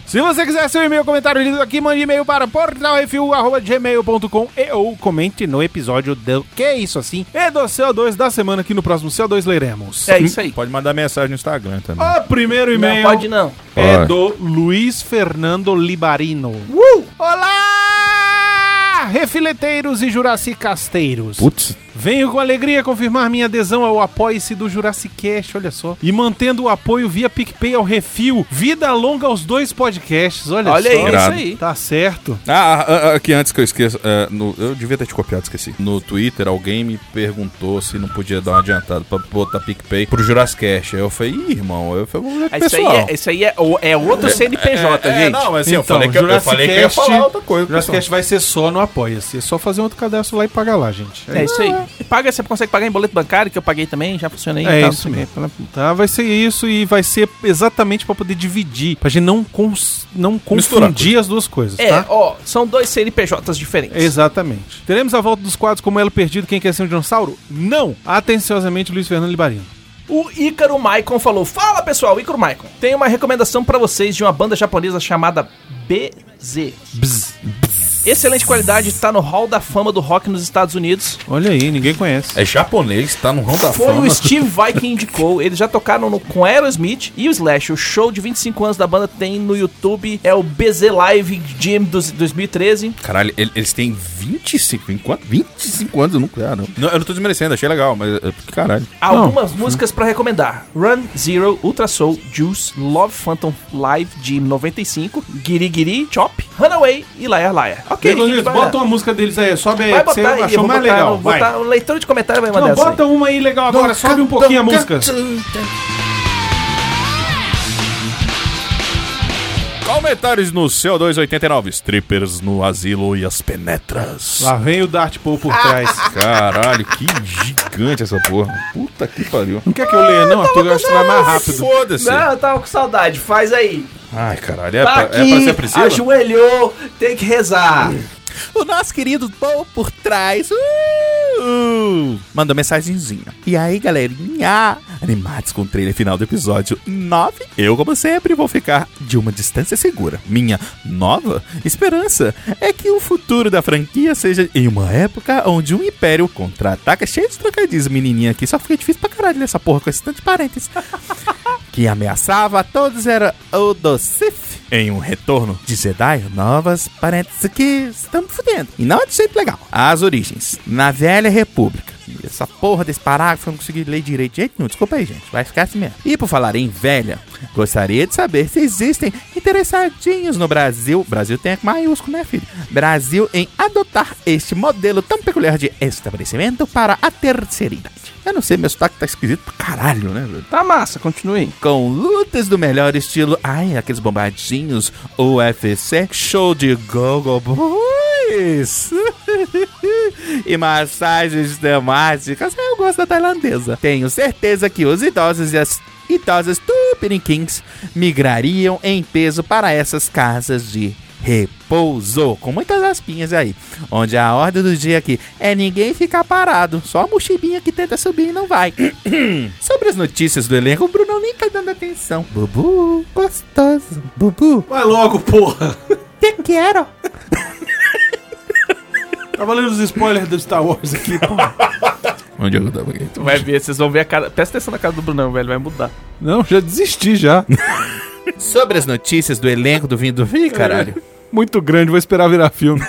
Speaker 3: Se você quiser seu e-mail, comentário lido aqui, mande e-mail para portalrefil.gmail.com e ou comente no episódio do Que é Isso Assim e do CO2 da semana que no próximo CO2 leremos.
Speaker 2: É isso aí.
Speaker 4: Pode mandar mensagem no Instagram também.
Speaker 3: O primeiro
Speaker 2: Não
Speaker 3: e-mail
Speaker 2: pode não.
Speaker 3: é
Speaker 4: Pode.
Speaker 3: do Luiz Fernando Libarino.
Speaker 2: Uh!
Speaker 3: Olá! Refileteiros e Juracicasteiros.
Speaker 4: Putz,
Speaker 3: Venho com alegria confirmar minha adesão ao apoio-se do Jurassic Cash, olha só. E mantendo o apoio via PicPay ao Refil. Vida longa aos dois podcasts, olha,
Speaker 2: Olha
Speaker 3: só.
Speaker 2: aí, é isso
Speaker 4: Irado.
Speaker 2: aí.
Speaker 3: Tá certo.
Speaker 4: Ah, ah, ah, aqui antes que eu esqueça, é, no- eu devia ter te copiado, esqueci. No Twitter, alguém me perguntou se não podia dar um adiantado pra botar PicPay pro Jurassic Cash. Aí eu falei, Ih, irmão, eu falei, "Vamos ver com o
Speaker 2: Isso aí,
Speaker 4: pessoal.
Speaker 2: é, isso é aí é, o- é outro CNPJ, gente.
Speaker 4: não, mas assim, eu
Speaker 3: Então,
Speaker 4: falei que eu, eu
Speaker 3: Jurassic
Speaker 4: falei que eu ia
Speaker 3: Cast-
Speaker 4: falar outra coisa.
Speaker 3: O Jurassic Cash vai ser só no apoia-se. É só fazer outro cadastro lá e pagar lá, gente.
Speaker 2: É isso aí. E Paga, você consegue pagar em boleto bancário, que eu paguei também, já funciona aí.
Speaker 3: É
Speaker 2: e tal,
Speaker 3: isso
Speaker 2: não sei o
Speaker 3: mesmo. Tá, vai ser isso e vai ser exatamente pra poder dividir, pra gente não, cons- não
Speaker 4: Misturar
Speaker 3: confundir as duas coisas,
Speaker 2: quê. É,
Speaker 3: tá?
Speaker 2: ó, são dois CNPJs diferentes.
Speaker 3: Exatamente. Teremos a volta dos quadros como Elo Perdido, Quem Quer Ser um Dinossauro? Não! Atenciosamente, Luiz Fernando Libarino.
Speaker 2: O Ícaro Maicon falou: Fala pessoal, Ícaro Maicon. Tem uma recomendação pra vocês de uma banda japonesa chamada BZ.
Speaker 3: Bzz.
Speaker 2: Excelente qualidade, tá no Hall da Fama do Rock nos Estados Unidos.
Speaker 3: Olha aí, ninguém conhece.
Speaker 4: É japonês, tá no ramo da
Speaker 2: Foi
Speaker 4: fama.
Speaker 2: o Steve Vai que indicou. Eles já tocaram no, com Aerosmith e o Slash. O show de 25 anos da banda tem no YouTube. É o BZ Live Jam dos 2013.
Speaker 4: Caralho, ele- eles têm 25, em quanto? 25 anos, eu não, ah, não. Não, Eu não tô desmerecendo, achei legal, mas eh, caralho.
Speaker 2: Algumas músicas pra recomendar: Run, Zero, Ultra Soul, Juice, Love Phantom Live Jam 95, Giri Giri, Chop, Runaway e Liar Liar. Ok,
Speaker 3: Nicolas,
Speaker 2: a gente vai
Speaker 3: bota
Speaker 4: um
Speaker 2: olhar.
Speaker 3: uma música deles aí, sobe aí,
Speaker 2: Vai
Speaker 3: que você
Speaker 2: botar aí, eu
Speaker 3: achou
Speaker 2: vou
Speaker 3: mais
Speaker 2: botar,
Speaker 3: legal.
Speaker 2: vou
Speaker 3: vai.
Speaker 2: botar, o leitor de comentário vai mandar
Speaker 3: Não,
Speaker 2: essa aí.
Speaker 3: bota uma aí legal agora, sobe um pouquinho a música.
Speaker 4: Comentários no CO289, strippers no asilo e as penetras.
Speaker 3: Lá vem o Dart Paul por trás.
Speaker 4: Caralho, que gigante essa porra. Puta que pariu.
Speaker 3: Não quer que eu leia, não, Arthur? Eu acho que você vai mais rápido.
Speaker 4: Foda-se.
Speaker 2: Não, eu tava com saudade, faz aí.
Speaker 4: Ai, caralho, é,
Speaker 2: Tá
Speaker 4: pra,
Speaker 2: aqui,
Speaker 4: é pra ser a Priscila?
Speaker 2: ajoelhou, tem que rezar.
Speaker 4: O nosso querido Paul por trás. Uh! Mandou mensagenzinha. E aí, galerinha? Animados com o trailer final do episódio 9. Eu, como sempre, vou ficar de uma distância segura. Minha nova esperança é que o futuro da franquia seja em uma época onde um império contra-ataca cheio de trocadilhos. Menininha aqui só fica difícil pra caralho nessa porra com esses tantos parênteses que ameaçava a todos era o do Sith. Em um retorno de Jedi, novas parênteses que estamos fudendo. E não é de jeito legal. As origens. Na velha república. E Essa porra desse parágrafo eu não consegui ler direito de jeito nenhum. Desculpa aí, gente. Vai ficar assim mesmo. E por falar em velha, gostaria de saber se existem interessadinhos no Brasil. Brasil tem maiúsculo, né, filho? Brasil em adotar este modelo tão peculiar de estabelecimento para a terceira idade. Eu não sei, meu sotaque tá esquisito pra caralho, né, velho?
Speaker 2: Tá massa, continue.
Speaker 4: com lutas do melhor estilo. Ai, aqueles bombadinhos. UFC. Show de Gogo Boys. *laughs* e massagens temáticas. Eu gosto da tailandesa. Tenho certeza que os idosos e as idosas Tupiniquins migrariam em peso para essas casas de repouso. Com muitas aspinhas aí. Onde a ordem do dia aqui é ninguém ficar parado. Só a mochibinha que tenta subir e não vai. Sobre as notícias do elenco, o Brunão nem tá dando atenção. Bubu, gostoso. Bubu,
Speaker 3: Vai logo, porra.
Speaker 4: te quero.
Speaker 3: Tava lendo Tá os spoilers do Star Wars aqui, porra.
Speaker 4: Onde eu tava aqui?
Speaker 2: Tu vai ver, vocês vão ver a cara. Presta atenção na cara do Brunão, velho, vai mudar.
Speaker 3: Não, já desisti já.
Speaker 4: Sobre as notícias do elenco do Vinho do Vinho, caralho.
Speaker 3: Muito grande, vou esperar virar filme.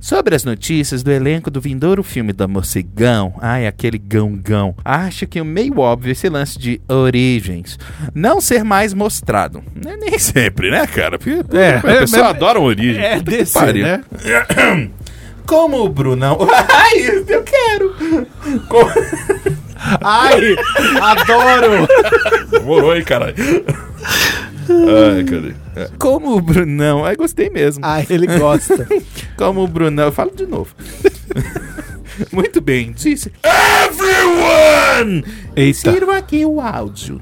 Speaker 4: Sobre as notícias do elenco do vindouro filme da Morcegão. Ai, aquele gão-gão. Acho que o meio óbvio esse lance de origens não ser mais mostrado. Não é nem sempre, né, cara? Porque
Speaker 3: É,
Speaker 4: a
Speaker 3: é,
Speaker 4: pessoa
Speaker 3: é-
Speaker 4: adora origem.
Speaker 3: É
Speaker 4: Puta que
Speaker 3: desse,
Speaker 4: pariu.
Speaker 3: né?
Speaker 4: Como o Brunão... *laughs* Ai, eu quero! Como...
Speaker 3: Ai, adoro.
Speaker 4: Morou aí, caralho. Ai, cadê? Como o Brunão. Ai, gostei mesmo.
Speaker 3: Ai, Ah, ele gosta.
Speaker 4: Como o Brunão. Eu falo de novo. *laughs* Muito bem, disse. Everyone!
Speaker 3: Eita.
Speaker 4: Tiro aqui o áudio.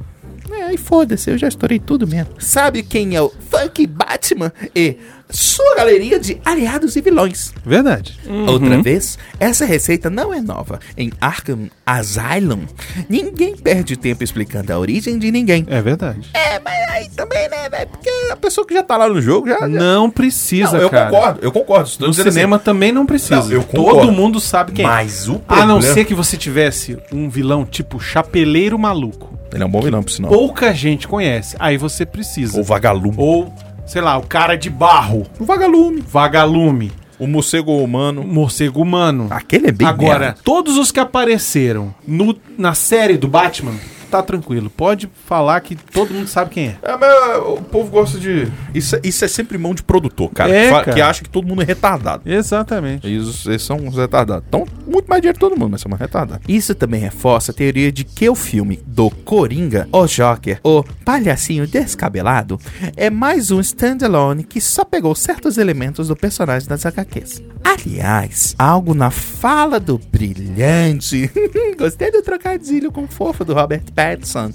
Speaker 4: É, e foda-se, eu já estourei tudo mesmo. Sabe quem é o Funk Batman e sua galeria de aliados e vilões?
Speaker 3: *laughs* Verdade.
Speaker 4: Outra vez, essa receita não é nova. Em Arkham Asylum, ninguém perde tempo explicando a origem de ninguém.
Speaker 3: É verdade.
Speaker 4: É, mas aí também, né, velho? Porque a pessoa que já tá lá no jogo já.
Speaker 3: Não precisa,
Speaker 4: eu
Speaker 3: cara.
Speaker 4: concordo, eu concordo. Estou
Speaker 3: No
Speaker 4: dizendo assim,
Speaker 3: cinema também não precisa.
Speaker 4: Não, eu
Speaker 3: Todo
Speaker 4: concordo.
Speaker 3: mundo sabe
Speaker 4: assim,
Speaker 3: quem é.
Speaker 4: mas o
Speaker 3: A
Speaker 4: problema...
Speaker 3: não ser que você tivesse um vilão tipo Chapeleiro Maluco.
Speaker 4: Ele é um bom vilão, por sinal.
Speaker 3: Pouca gente conhece. Aí você precisa.
Speaker 4: Ou vagalume.
Speaker 3: Ou, sei lá, o cara de barro.
Speaker 4: o vagalume.
Speaker 3: Vagalume.
Speaker 4: O morcego humano.
Speaker 3: Morcego humano.
Speaker 4: Aquele é bem
Speaker 3: Agora,
Speaker 4: merda.
Speaker 3: todos os que apareceram no- na série do Batman, tá tranquilo. Pode falar que todo mundo sabe quem é.
Speaker 4: É, mas o povo gosta de... Isso, é- isso é sempre mão de produtor, cara.
Speaker 3: É,
Speaker 4: que, fa-
Speaker 3: cara.
Speaker 4: que acha que todo mundo é retardado.
Speaker 3: Exatamente.
Speaker 4: Isso, eles são uns retardados. Então, muito mais dinheiro que todo mundo, mas são mais retardados. Isso também reforça a teoria de que o filme do Coringa, o Joker, o palhacinho descabelado, é mais um standalone que só pegou certos elementos do personagem das HQs. Aliás, algo na fala do brilhante. *laughs* Gostei do trocadilho com o fofo do Robert Pattinson.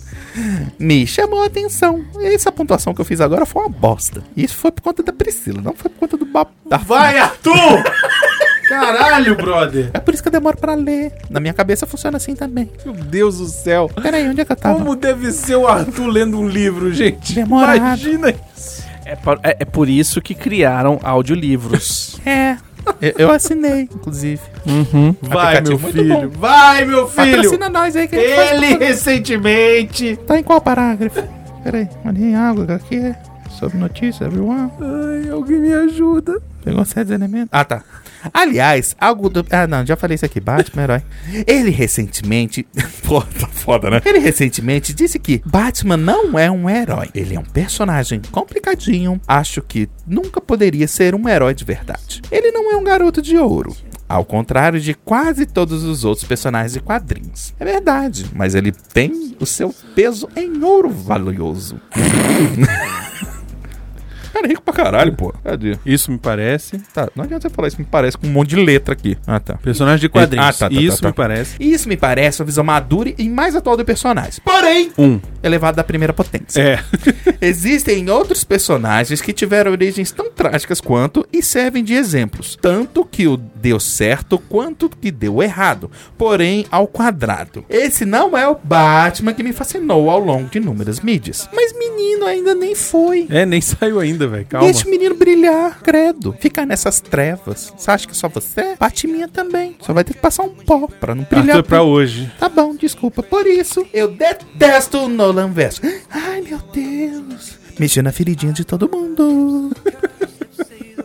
Speaker 4: Me chamou a atenção. Essa pontuação que eu fiz agora foi uma bosta. Isso foi por conta da Priscila, não foi por conta do bab... da
Speaker 3: Vai, Arthur! Caralho, brother!
Speaker 4: é por isso que eu demoro pra ler. Na minha cabeça funciona assim também.
Speaker 3: Meu Deus do céu!
Speaker 4: Peraí, onde é que eu tava?
Speaker 3: Como deve ser o Arthur lendo um livro, gente?
Speaker 4: Demorado.
Speaker 3: Imagina isso.
Speaker 2: É, pa- é- é por isso que criaram *laughs* audiolivros.
Speaker 3: *laughs*
Speaker 4: É. Eu, eu assinei, inclusive.
Speaker 3: Vai, meu
Speaker 4: Aplicativo muito
Speaker 3: filho. Vai, meu filho.
Speaker 4: Patrocina nós aí que a gente faz
Speaker 3: Ele recentemente.
Speaker 4: Tá em qual parágrafo? Peraí, mandei água aqui. Sobre notícias, everyone. Ai, alguém me ajuda. Pegou certos elementos. Ah, tá. Aliás, algo do. Ah, não, já falei isso aqui. Batman, herói. Ele recentemente. *laughs* Pô, tá foda, né? Ele recentemente disse que Batman não é um herói. Ele é um personagem complicadinho. Acho que nunca poderia ser um herói de verdade. Ele não é um garoto de ouro. Ao contrário de quase todos os outros personagens de quadrinhos. É verdade, mas ele tem o seu peso em ouro valioso. *laughs* Cara, é rico pra caralho, pô. Cadê?
Speaker 3: Isso me parece.
Speaker 4: Tá, não adianta você falar isso, me parece com um monte de letra aqui. Ah, tá.
Speaker 3: Personagem de quadrinhos.
Speaker 4: Ah, tá, tá, tá,
Speaker 3: Isso
Speaker 4: tá.
Speaker 3: me parece.
Speaker 4: Isso me parece uma visão madura e mais atual do personagem. Porém,
Speaker 3: Um.
Speaker 4: elevado da primeira potência.
Speaker 3: É.
Speaker 4: *laughs* Existem outros personagens que tiveram origens tão trágicas quanto e servem de exemplos, tanto que o deu certo quanto que deu errado, porém ao quadrado. Esse não é o Batman que me fascinou ao longo de inúmeras mídias, mas menino ainda nem foi.
Speaker 3: É, nem saiu ainda, velho. Calma.
Speaker 4: Deixa o menino brilhar, credo. Ficar nessas trevas. Você acha que só você? Parte minha também. Só vai ter que passar um pó pra não brilhar.
Speaker 3: Arthur é pra hoje.
Speaker 4: Tá bom, desculpa por isso. Eu detesto o Nolan Verso. Ai, meu Deus. Mexendo na feridinha de todo
Speaker 3: *laughs*
Speaker 4: mundo.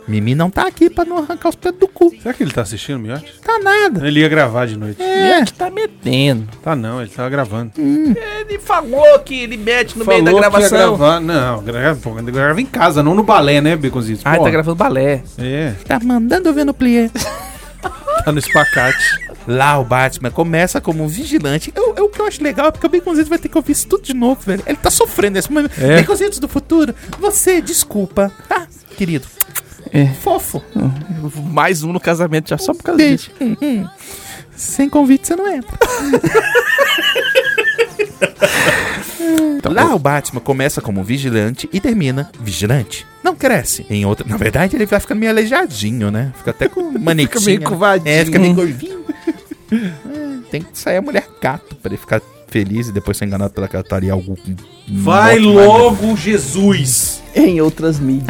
Speaker 4: Mimi não tá aqui pra não arrancar os pés do cu.
Speaker 3: Será que ele tá assistindo, Miote?
Speaker 4: Tá nada.
Speaker 3: Ele ia gravar de noite.
Speaker 4: É.
Speaker 2: tá metendo.
Speaker 3: Tá não, ele tava gravando.
Speaker 2: Ele falou que ele mete no meio da
Speaker 3: Falou que ia
Speaker 2: gravação.
Speaker 3: gravar. Não, grava, pô, grava em casa, não no balé, né, Beconzitos?
Speaker 2: Ah, ele
Speaker 3: Pô,
Speaker 2: tá gravando balé.
Speaker 3: É,
Speaker 4: Tá mandando ver no plié.
Speaker 3: tá no espacate.
Speaker 4: Lá o Batman começa como um vigilante. Eu, eu- o que eu acho legal é porque o Baconzitos vai ter que ouvir isso tudo de novo, velho. Ele tá sofrendo nesse momento.
Speaker 3: É.
Speaker 4: Baconzitos do futuro, você desculpa. Tá, querido? Fofo.
Speaker 2: Mais um no casamento já só por causa disso.
Speaker 4: Beijo. Hum, hum. Sem convite você não *laughs* entra. Então, Lá o Batman começa como vigilante e termina vigilante. Não cresce. Em outra, na verdade, ele vai ficando meio aleijadinho, né? Fica até com *laughs* manequinho.
Speaker 3: meio curvadinho.
Speaker 4: É, fica meio gordinho. É, tem que sair a mulher gato pra ele ficar feliz e depois ser enganado pela Catarina algo.
Speaker 3: Vai
Speaker 4: Morte,
Speaker 3: logo, Jesus!
Speaker 2: Em outras mídias.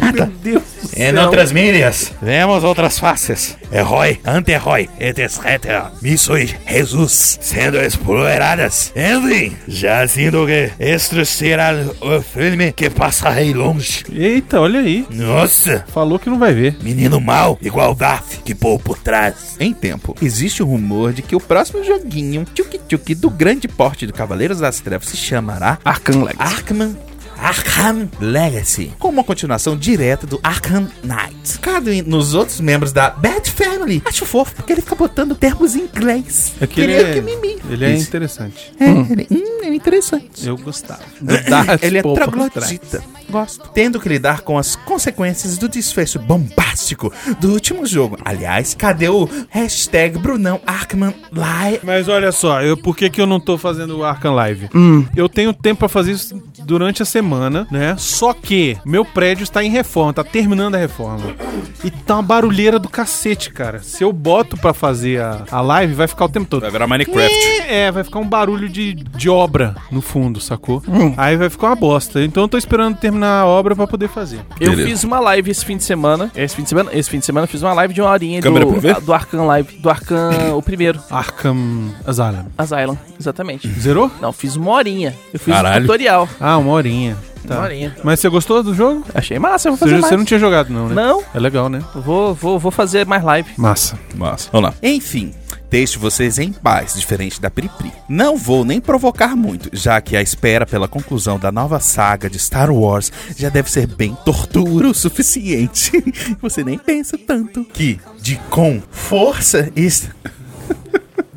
Speaker 4: Em outras É mídias, É vemos outras faces. Herói, anti-herói, etc. Missões, é Jesus, sendo exploradas. Enfim, já sinto que este será o filme que passarei longe.
Speaker 3: Eita, olha aí.
Speaker 4: Nossa,
Speaker 3: Falou que não vai ver.
Speaker 4: Menino mal, igual Darth, que pôr por trás. Em tempo, existe o rumor de que o próximo joguinho tchuk-tchuk do grande porte do Cavaleiros das Trevas se chamará
Speaker 2: Arkham Legacy.
Speaker 4: Arkman. Arkham Legacy, com uma continuação direta do Arkham Knight. Cada um nos outros membros da Bat Family. Acho fofo, porque ele fica botando termos em inglês.
Speaker 3: É que ele
Speaker 4: Queria
Speaker 3: é,
Speaker 4: que mimi.
Speaker 3: ele é
Speaker 4: Isso.
Speaker 3: interessante.
Speaker 4: É, ele, hum, ele é interessante.
Speaker 3: Eu gostava.
Speaker 4: *laughs* Ele é
Speaker 2: Pô,
Speaker 4: troglodita. Gosto. Tendo que lidar com as consequências do desfecho bombástico do último jogo. Aliás, cadê o hashtag Brunão Arkman Live?
Speaker 3: Mas olha só, eu, por que, que eu não tô fazendo o Arkham Live?
Speaker 4: Hum.
Speaker 3: Eu tenho tempo pra fazer isso durante a semana, né? Só que meu prédio está em reforma, tá terminando a reforma. E tá uma barulheira do cacete, cara. Se eu boto pra fazer a, a live, vai ficar o tempo todo.
Speaker 8: Vai virar Minecraft.
Speaker 3: É, vai ficar um barulho de, de obra no fundo, sacou?
Speaker 2: Hum.
Speaker 3: Aí vai ficar uma bosta. Então eu tô esperando terminar a obra pra poder fazer.
Speaker 2: Eu
Speaker 8: Beleza.
Speaker 2: fiz uma live esse fim de semana. Esse fim de semana? Esse fim de semana eu fiz uma live de uma horinha
Speaker 8: Câmera
Speaker 2: do,
Speaker 8: pra ver?
Speaker 2: a- do Arkham Live. Do Arkham, o primeiro.
Speaker 3: Arkham Asylum.
Speaker 2: Asylum, exatamente.
Speaker 3: Zerou?
Speaker 2: Não, fiz uma horinha. Eu fiz
Speaker 8: Uhum.
Speaker 2: um
Speaker 8: Caralho.
Speaker 2: tutorial.
Speaker 3: Ah, uma horinha. Tá.
Speaker 2: Uma horinha.
Speaker 3: Mas você gostou do jogo?
Speaker 2: Achei massa, eu vou
Speaker 3: Você,
Speaker 2: fazer
Speaker 3: você
Speaker 2: mais.
Speaker 3: não tinha jogado, não, né?
Speaker 2: Não,
Speaker 3: É legal, né?
Speaker 2: vou, vou, vou fazer mais live.
Speaker 3: Massa.
Speaker 8: Massa. Vamos lá.
Speaker 4: Enfim, deixo vocês em paz, diferente da Pripri. Não vou nem provocar muito, já que a espera pela conclusão da nova saga de Star Wars já deve ser bem tortura o suficiente. *laughs* Você nem pensa tanto que de com força isso.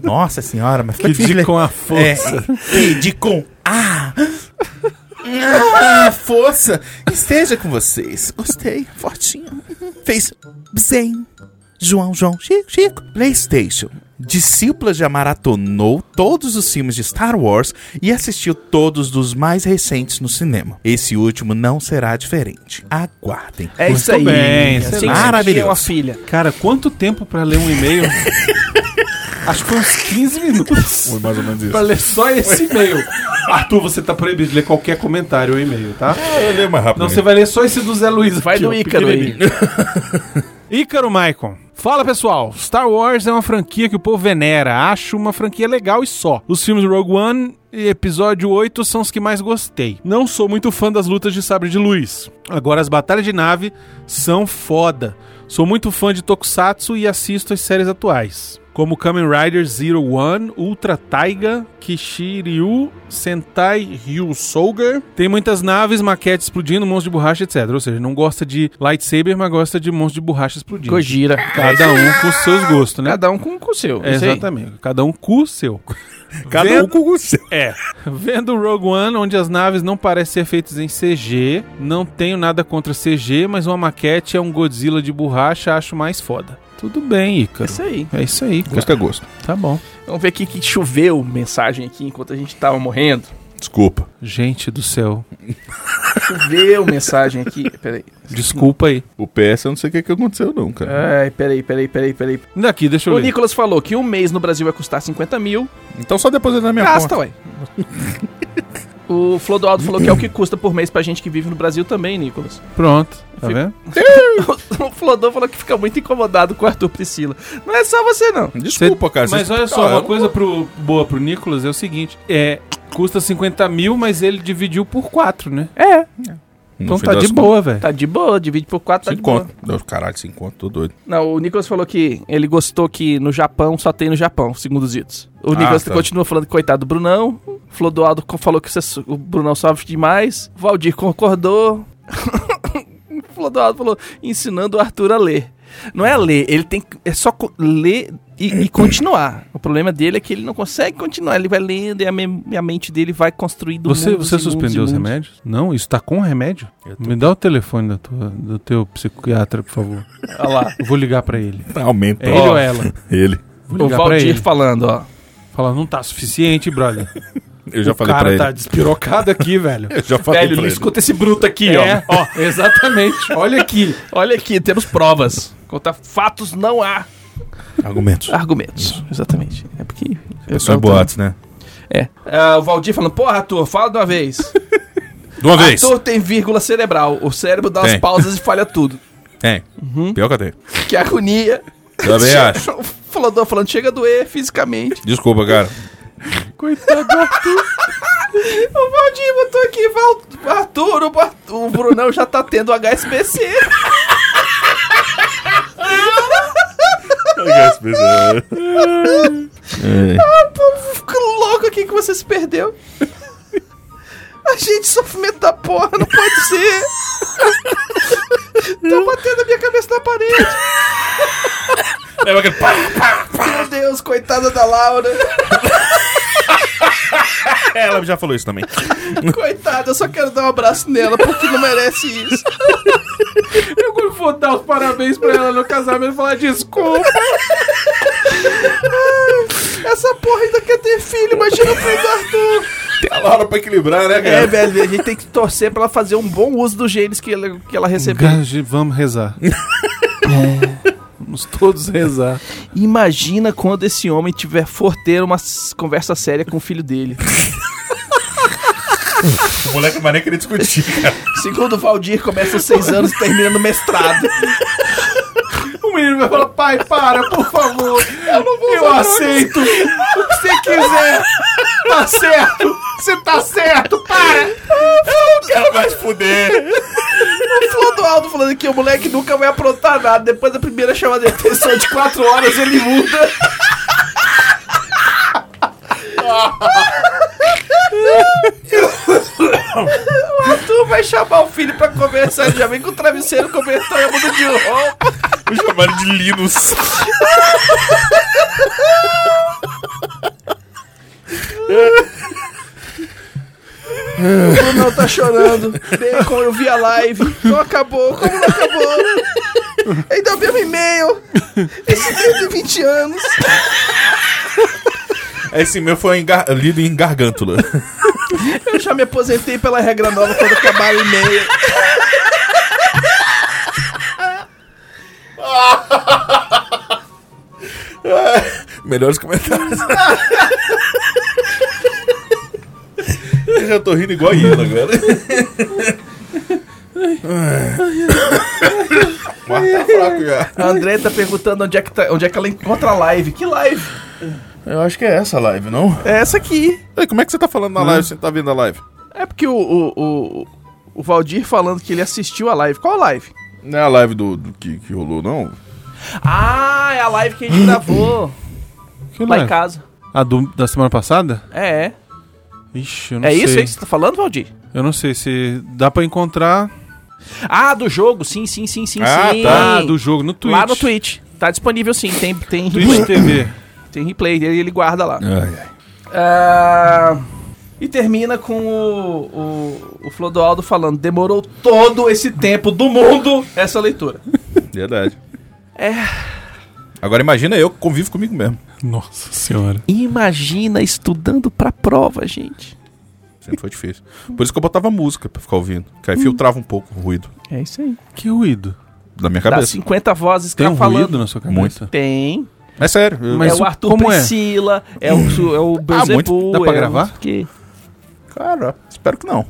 Speaker 4: Nossa senhora, mas
Speaker 3: Que de com a
Speaker 4: é,
Speaker 3: força.
Speaker 4: que de com a Ah, força esteja com vocês. Gostei, fortinho. Fez Zen. João, João, Chico, Chico. PlayStation. Discípula já maratonou todos os filmes de Star Wars e assistiu todos dos mais recentes no cinema. Esse último não será diferente. Aguardem.
Speaker 2: É isso aí.
Speaker 3: Muito bem,
Speaker 2: Assim que
Speaker 3: excelente.
Speaker 2: você tinha
Speaker 4: Maravilhoso.
Speaker 2: uma filha. *laughs*
Speaker 3: Cara, quanto tempo pra ler um e-mail? Acho que foi uns 15 minutos.
Speaker 4: Foi mais ou menos isso.
Speaker 3: Pra ler só esse e-mail. Arthur, você tá proibido de ler qualquer comentário ou e-mail, tá?
Speaker 4: Eu leio mais rápido.
Speaker 3: Não,
Speaker 4: né?
Speaker 3: você vai ler só esse do Zé Luiz.
Speaker 2: É. Vai
Speaker 3: aqui,
Speaker 2: do
Speaker 3: ó,
Speaker 2: Ícaro aí.
Speaker 3: pequenininho. Ícaro Maicon. Fala pessoal, Star Wars é uma franquia que o povo venera, acho uma franquia legal e só. Os filmes Rogue One e Episódio 8 são os que mais gostei. Não sou muito fã das lutas de sabre de luz. Agora as batalhas de nave são foda. Sou muito fã de Tokusatsu e assisto as séries atuais, como Kamen Rider Zero One, Ultra Taiga, Kishiryu, Sentai Ryu Souger. Tem muitas naves, maquetes explodindo, monstros de borracha, etc. Ou seja, não gosta de lightsaber, mas gosta de monstros de borracha explodindo.
Speaker 2: Gojira.
Speaker 3: Cada um com seus gostos, né?
Speaker 2: Cada um com com o seu.
Speaker 3: É,
Speaker 2: isso aí.
Speaker 3: exatamente. Cada um cu seu.
Speaker 4: Cada um com o seu.
Speaker 3: É. Vendo o Rogue One, onde as naves não parecem ser feitas em CG, não tenho nada contra CG, mas uma maquete é um Godzilla de borracha, acho mais foda. Tudo bem, Ícaro.
Speaker 2: Isso aí.
Speaker 3: É isso aí, cara.
Speaker 6: Gosto é gosto.
Speaker 3: Tá bom.
Speaker 2: Vamos ver aqui que choveu mensagem aqui enquanto a gente tava morrendo.
Speaker 4: Desculpa.
Speaker 3: Gente do céu.
Speaker 2: Choveu mensagem aqui. Peraí.
Speaker 3: Desculpa aí.
Speaker 6: O PS eu não sei o que, que aconteceu, não,
Speaker 4: É.
Speaker 6: cara.
Speaker 2: Ai, peraí, peraí, peraí, peraí.
Speaker 3: Daqui, deixa eu
Speaker 2: O
Speaker 3: ler.
Speaker 2: Nicolas falou que um mês no Brasil vai custar 50 mil.
Speaker 6: Então só deposita
Speaker 4: É,
Speaker 6: na minha
Speaker 2: Gasta,
Speaker 6: conta.
Speaker 2: ué. O Flodoaldo falou que é o que custa por mês pra gente que vive no Brasil também, Nicolas. *laughs*
Speaker 3: Pronto. Tá vendo?
Speaker 2: O Flodô falou que fica muito incomodado com o Arthur Priscila. Não é só você, não.
Speaker 6: Desculpa, cara.
Speaker 3: Mas
Speaker 6: vocês-
Speaker 3: olha só,
Speaker 6: Ah,
Speaker 3: uma coisa pro, boa pro Nicolas é o seguinte: é. Custa 50 mil, mas ele dividiu por 4, né?
Speaker 2: É,
Speaker 6: no
Speaker 3: então
Speaker 6: fim
Speaker 3: tá
Speaker 6: das
Speaker 3: de boa, velho.
Speaker 2: tá de boa, divide por quatro, tá
Speaker 6: Sem
Speaker 2: de boa.
Speaker 6: conta. Não, Caralho, sem conta, tô doido.
Speaker 2: Não, o Nicolas falou que ele gostou que no Japão só tem no Japão, segundo os itos. O
Speaker 6: Ah,
Speaker 2: Nicolas
Speaker 6: tá.
Speaker 2: continua falando que coitado do Brunão. O Flodoaldo co- falou que você so- o Brunão sofre demais. O Valdir concordou. *laughs* o Flodoaldo falou ensinando o Arthur a ler. Não é ler, ele tem que- é só co- ler e, e continuar. O problema dele é que ele não consegue continuar. Ele vai lendo e a, mem- e a mente dele vai construindo
Speaker 3: Você,
Speaker 2: mundos
Speaker 3: você
Speaker 2: e mundos e
Speaker 3: suspendeu os
Speaker 2: mundos.
Speaker 3: remédios? Não, isso tá com remédio? Me dá o telefone da tua- do teu psiquiatra, por favor.
Speaker 2: Olha lá.
Speaker 3: Eu vou ligar pra
Speaker 2: *laughs*
Speaker 3: ele.
Speaker 6: Aumenta.
Speaker 3: É ele ou ela?
Speaker 6: *laughs* Ele.
Speaker 3: Vou
Speaker 2: O
Speaker 3: ligar pra
Speaker 2: Valdir
Speaker 3: ele.
Speaker 2: falando, ó.
Speaker 3: Falar, não tá suficiente,
Speaker 2: *laughs*
Speaker 3: brother.
Speaker 6: Eu já
Speaker 3: o
Speaker 6: falei
Speaker 3: cara
Speaker 6: pra ele. *laughs*
Speaker 3: tá despirocado aqui, velho.
Speaker 6: Eu já falei
Speaker 2: Velho,
Speaker 6: pra ele.
Speaker 2: escuta esse bruto *laughs* aqui, ó.
Speaker 3: É, ó, *laughs* exatamente. Olha aqui.
Speaker 2: Olha aqui, temos provas. Contra fatos não há
Speaker 6: Argumentos.
Speaker 2: Ah, argumentos. Exatamente. É porque. Eu
Speaker 6: Só é boates, né?
Speaker 2: É. Ah, o Valdir falando, porra, Arthur, fala de uma *laughs* vez.
Speaker 6: De uma vez.
Speaker 2: Arthur tem vírgula cerebral. O cérebro dá umas
Speaker 6: Tem.
Speaker 2: pausas e falha tudo.
Speaker 6: Tem. Pior que eu tenho.
Speaker 2: Que é *laughs* agonia.
Speaker 6: Também acho.
Speaker 2: O Flodô falando, chega a doer fisicamente.
Speaker 6: Desculpa, cara.
Speaker 2: *laughs* O Valdir botou aqui, Val... Arthur, o, Bar- o Brunão já tá tendo HSBC. *laughs*
Speaker 6: É.
Speaker 2: Fico louco aqui que você se perdeu. A gente, sofrimento da porra, não pode ser. Tô batendo a minha cabeça na parede.
Speaker 4: Lembra aquele pá?
Speaker 2: Meu Deus, coitada da Laura.
Speaker 6: Ela já falou isso também.
Speaker 2: Coitada, eu só quero dar um abraço nela porque não merece isso.
Speaker 3: Eu quando vou dar os parabéns pra ela no casamento e falar desculpa.
Speaker 2: Essa porra ainda quer ter filho, imagina o filho do Arthur.
Speaker 6: Tem a Laura pra equilibrar, né,
Speaker 2: É, velho, a gente tem que torcer pra ela fazer um bom uso dos genes que ela, que ela recebeu.
Speaker 3: Gaji, vamos rezar. Vamos todos rezar.
Speaker 2: *laughs* Imagina quando esse homem tiver for ter uma s- conversa séria com o filho dele.
Speaker 4: O moleque não vai nem querer discutir, cara.
Speaker 2: Segundo o Valdir, começa aos seis anos e termina no mestrado.
Speaker 3: O menino vai falar, pai, para, por favor. Eu não vou Eu aceito o que você quiser. Tá certo. Você tá certo, para.
Speaker 4: Ela vai se fuder.
Speaker 2: O Flodoaldo falando que o moleque nunca vai aprontar nada. Depois da primeira chamada de atenção de quatro horas, ele muda. o Arthur vai chamar o filho pra conversar. Ele já vem com o travesseiro conversando, eu mudo de roupa.
Speaker 4: Vou chamar ele de Linus.
Speaker 2: O Brunão tá chorando. Bacon, eu vi a live. Não acabou. Como não acabou? Ainda bem o e-mail. Esse menino tem 20 anos.
Speaker 6: Esse meu foi em gar- lido em gargântula.
Speaker 2: Eu já me aposentei pela regra nova quando acabar o e-mail.
Speaker 4: *laughs* Melhores comentários. Eu já tô rindo igual ele *laughs* agora. O ar tá fraco já.
Speaker 2: A André tá perguntando onde é, que tá- onde é que ela encontra a live. Que live?
Speaker 4: Eu acho que é essa a live, não?
Speaker 2: É essa aqui.
Speaker 4: Ei, como é que você tá falando na live se você não tá vendo a live?
Speaker 2: É porque o, o, o, o Valdir falando que ele assistiu a live. Qual live?
Speaker 4: Não é a live do, do que, que rolou, não?
Speaker 2: Ah, é a live que a gente gravou
Speaker 3: Que
Speaker 2: lá
Speaker 3: live?
Speaker 2: em casa.
Speaker 3: A do- da semana passada?
Speaker 2: É, é.
Speaker 3: Ixi, eu não
Speaker 2: É
Speaker 3: sei.
Speaker 2: isso aí que você tá falando, Valdir?
Speaker 3: Eu não sei se dá pra encontrar.
Speaker 2: Ah, do jogo. Sim, sim, sim, sim,
Speaker 4: Ah,
Speaker 2: sim.
Speaker 3: Ah, do jogo no Twitch.
Speaker 2: Lá no Twitch. Tá disponível sim, tem, tem
Speaker 3: Twitch É.
Speaker 2: replay. *laughs*
Speaker 3: TV.
Speaker 2: Tem replay, ele, ele guarda lá.
Speaker 4: Ai, ai.
Speaker 2: Ah, e termina com o, o, o Flodoaldo falando: demorou todo esse tempo do mundo essa é leitura.
Speaker 4: Verdade. É. Agora imagina eu que convivo comigo mesmo.
Speaker 3: Nossa senhora.
Speaker 2: Imagina estudando pra prova, gente.
Speaker 4: Sempre foi difícil. Por isso que eu botava música pra ficar ouvindo. Que aí filtrava um pouco o ruído
Speaker 2: É isso aí.
Speaker 3: Que ruído.
Speaker 4: da minha
Speaker 2: Dá
Speaker 4: cabeça.
Speaker 2: 50 vozes que
Speaker 3: Tem
Speaker 2: tá
Speaker 3: um ruído né?
Speaker 2: falando.
Speaker 3: na sua cabeça?
Speaker 4: Muito.
Speaker 2: Tem.
Speaker 4: É sério. eu-
Speaker 3: Mas
Speaker 2: é
Speaker 3: isso
Speaker 2: o Arthur
Speaker 3: como é? Ah,
Speaker 2: Priscila, é, o, su- é o Beelzebub,
Speaker 3: dá pra
Speaker 2: é o
Speaker 3: gravar?
Speaker 2: Que...
Speaker 4: Cara, espero que não.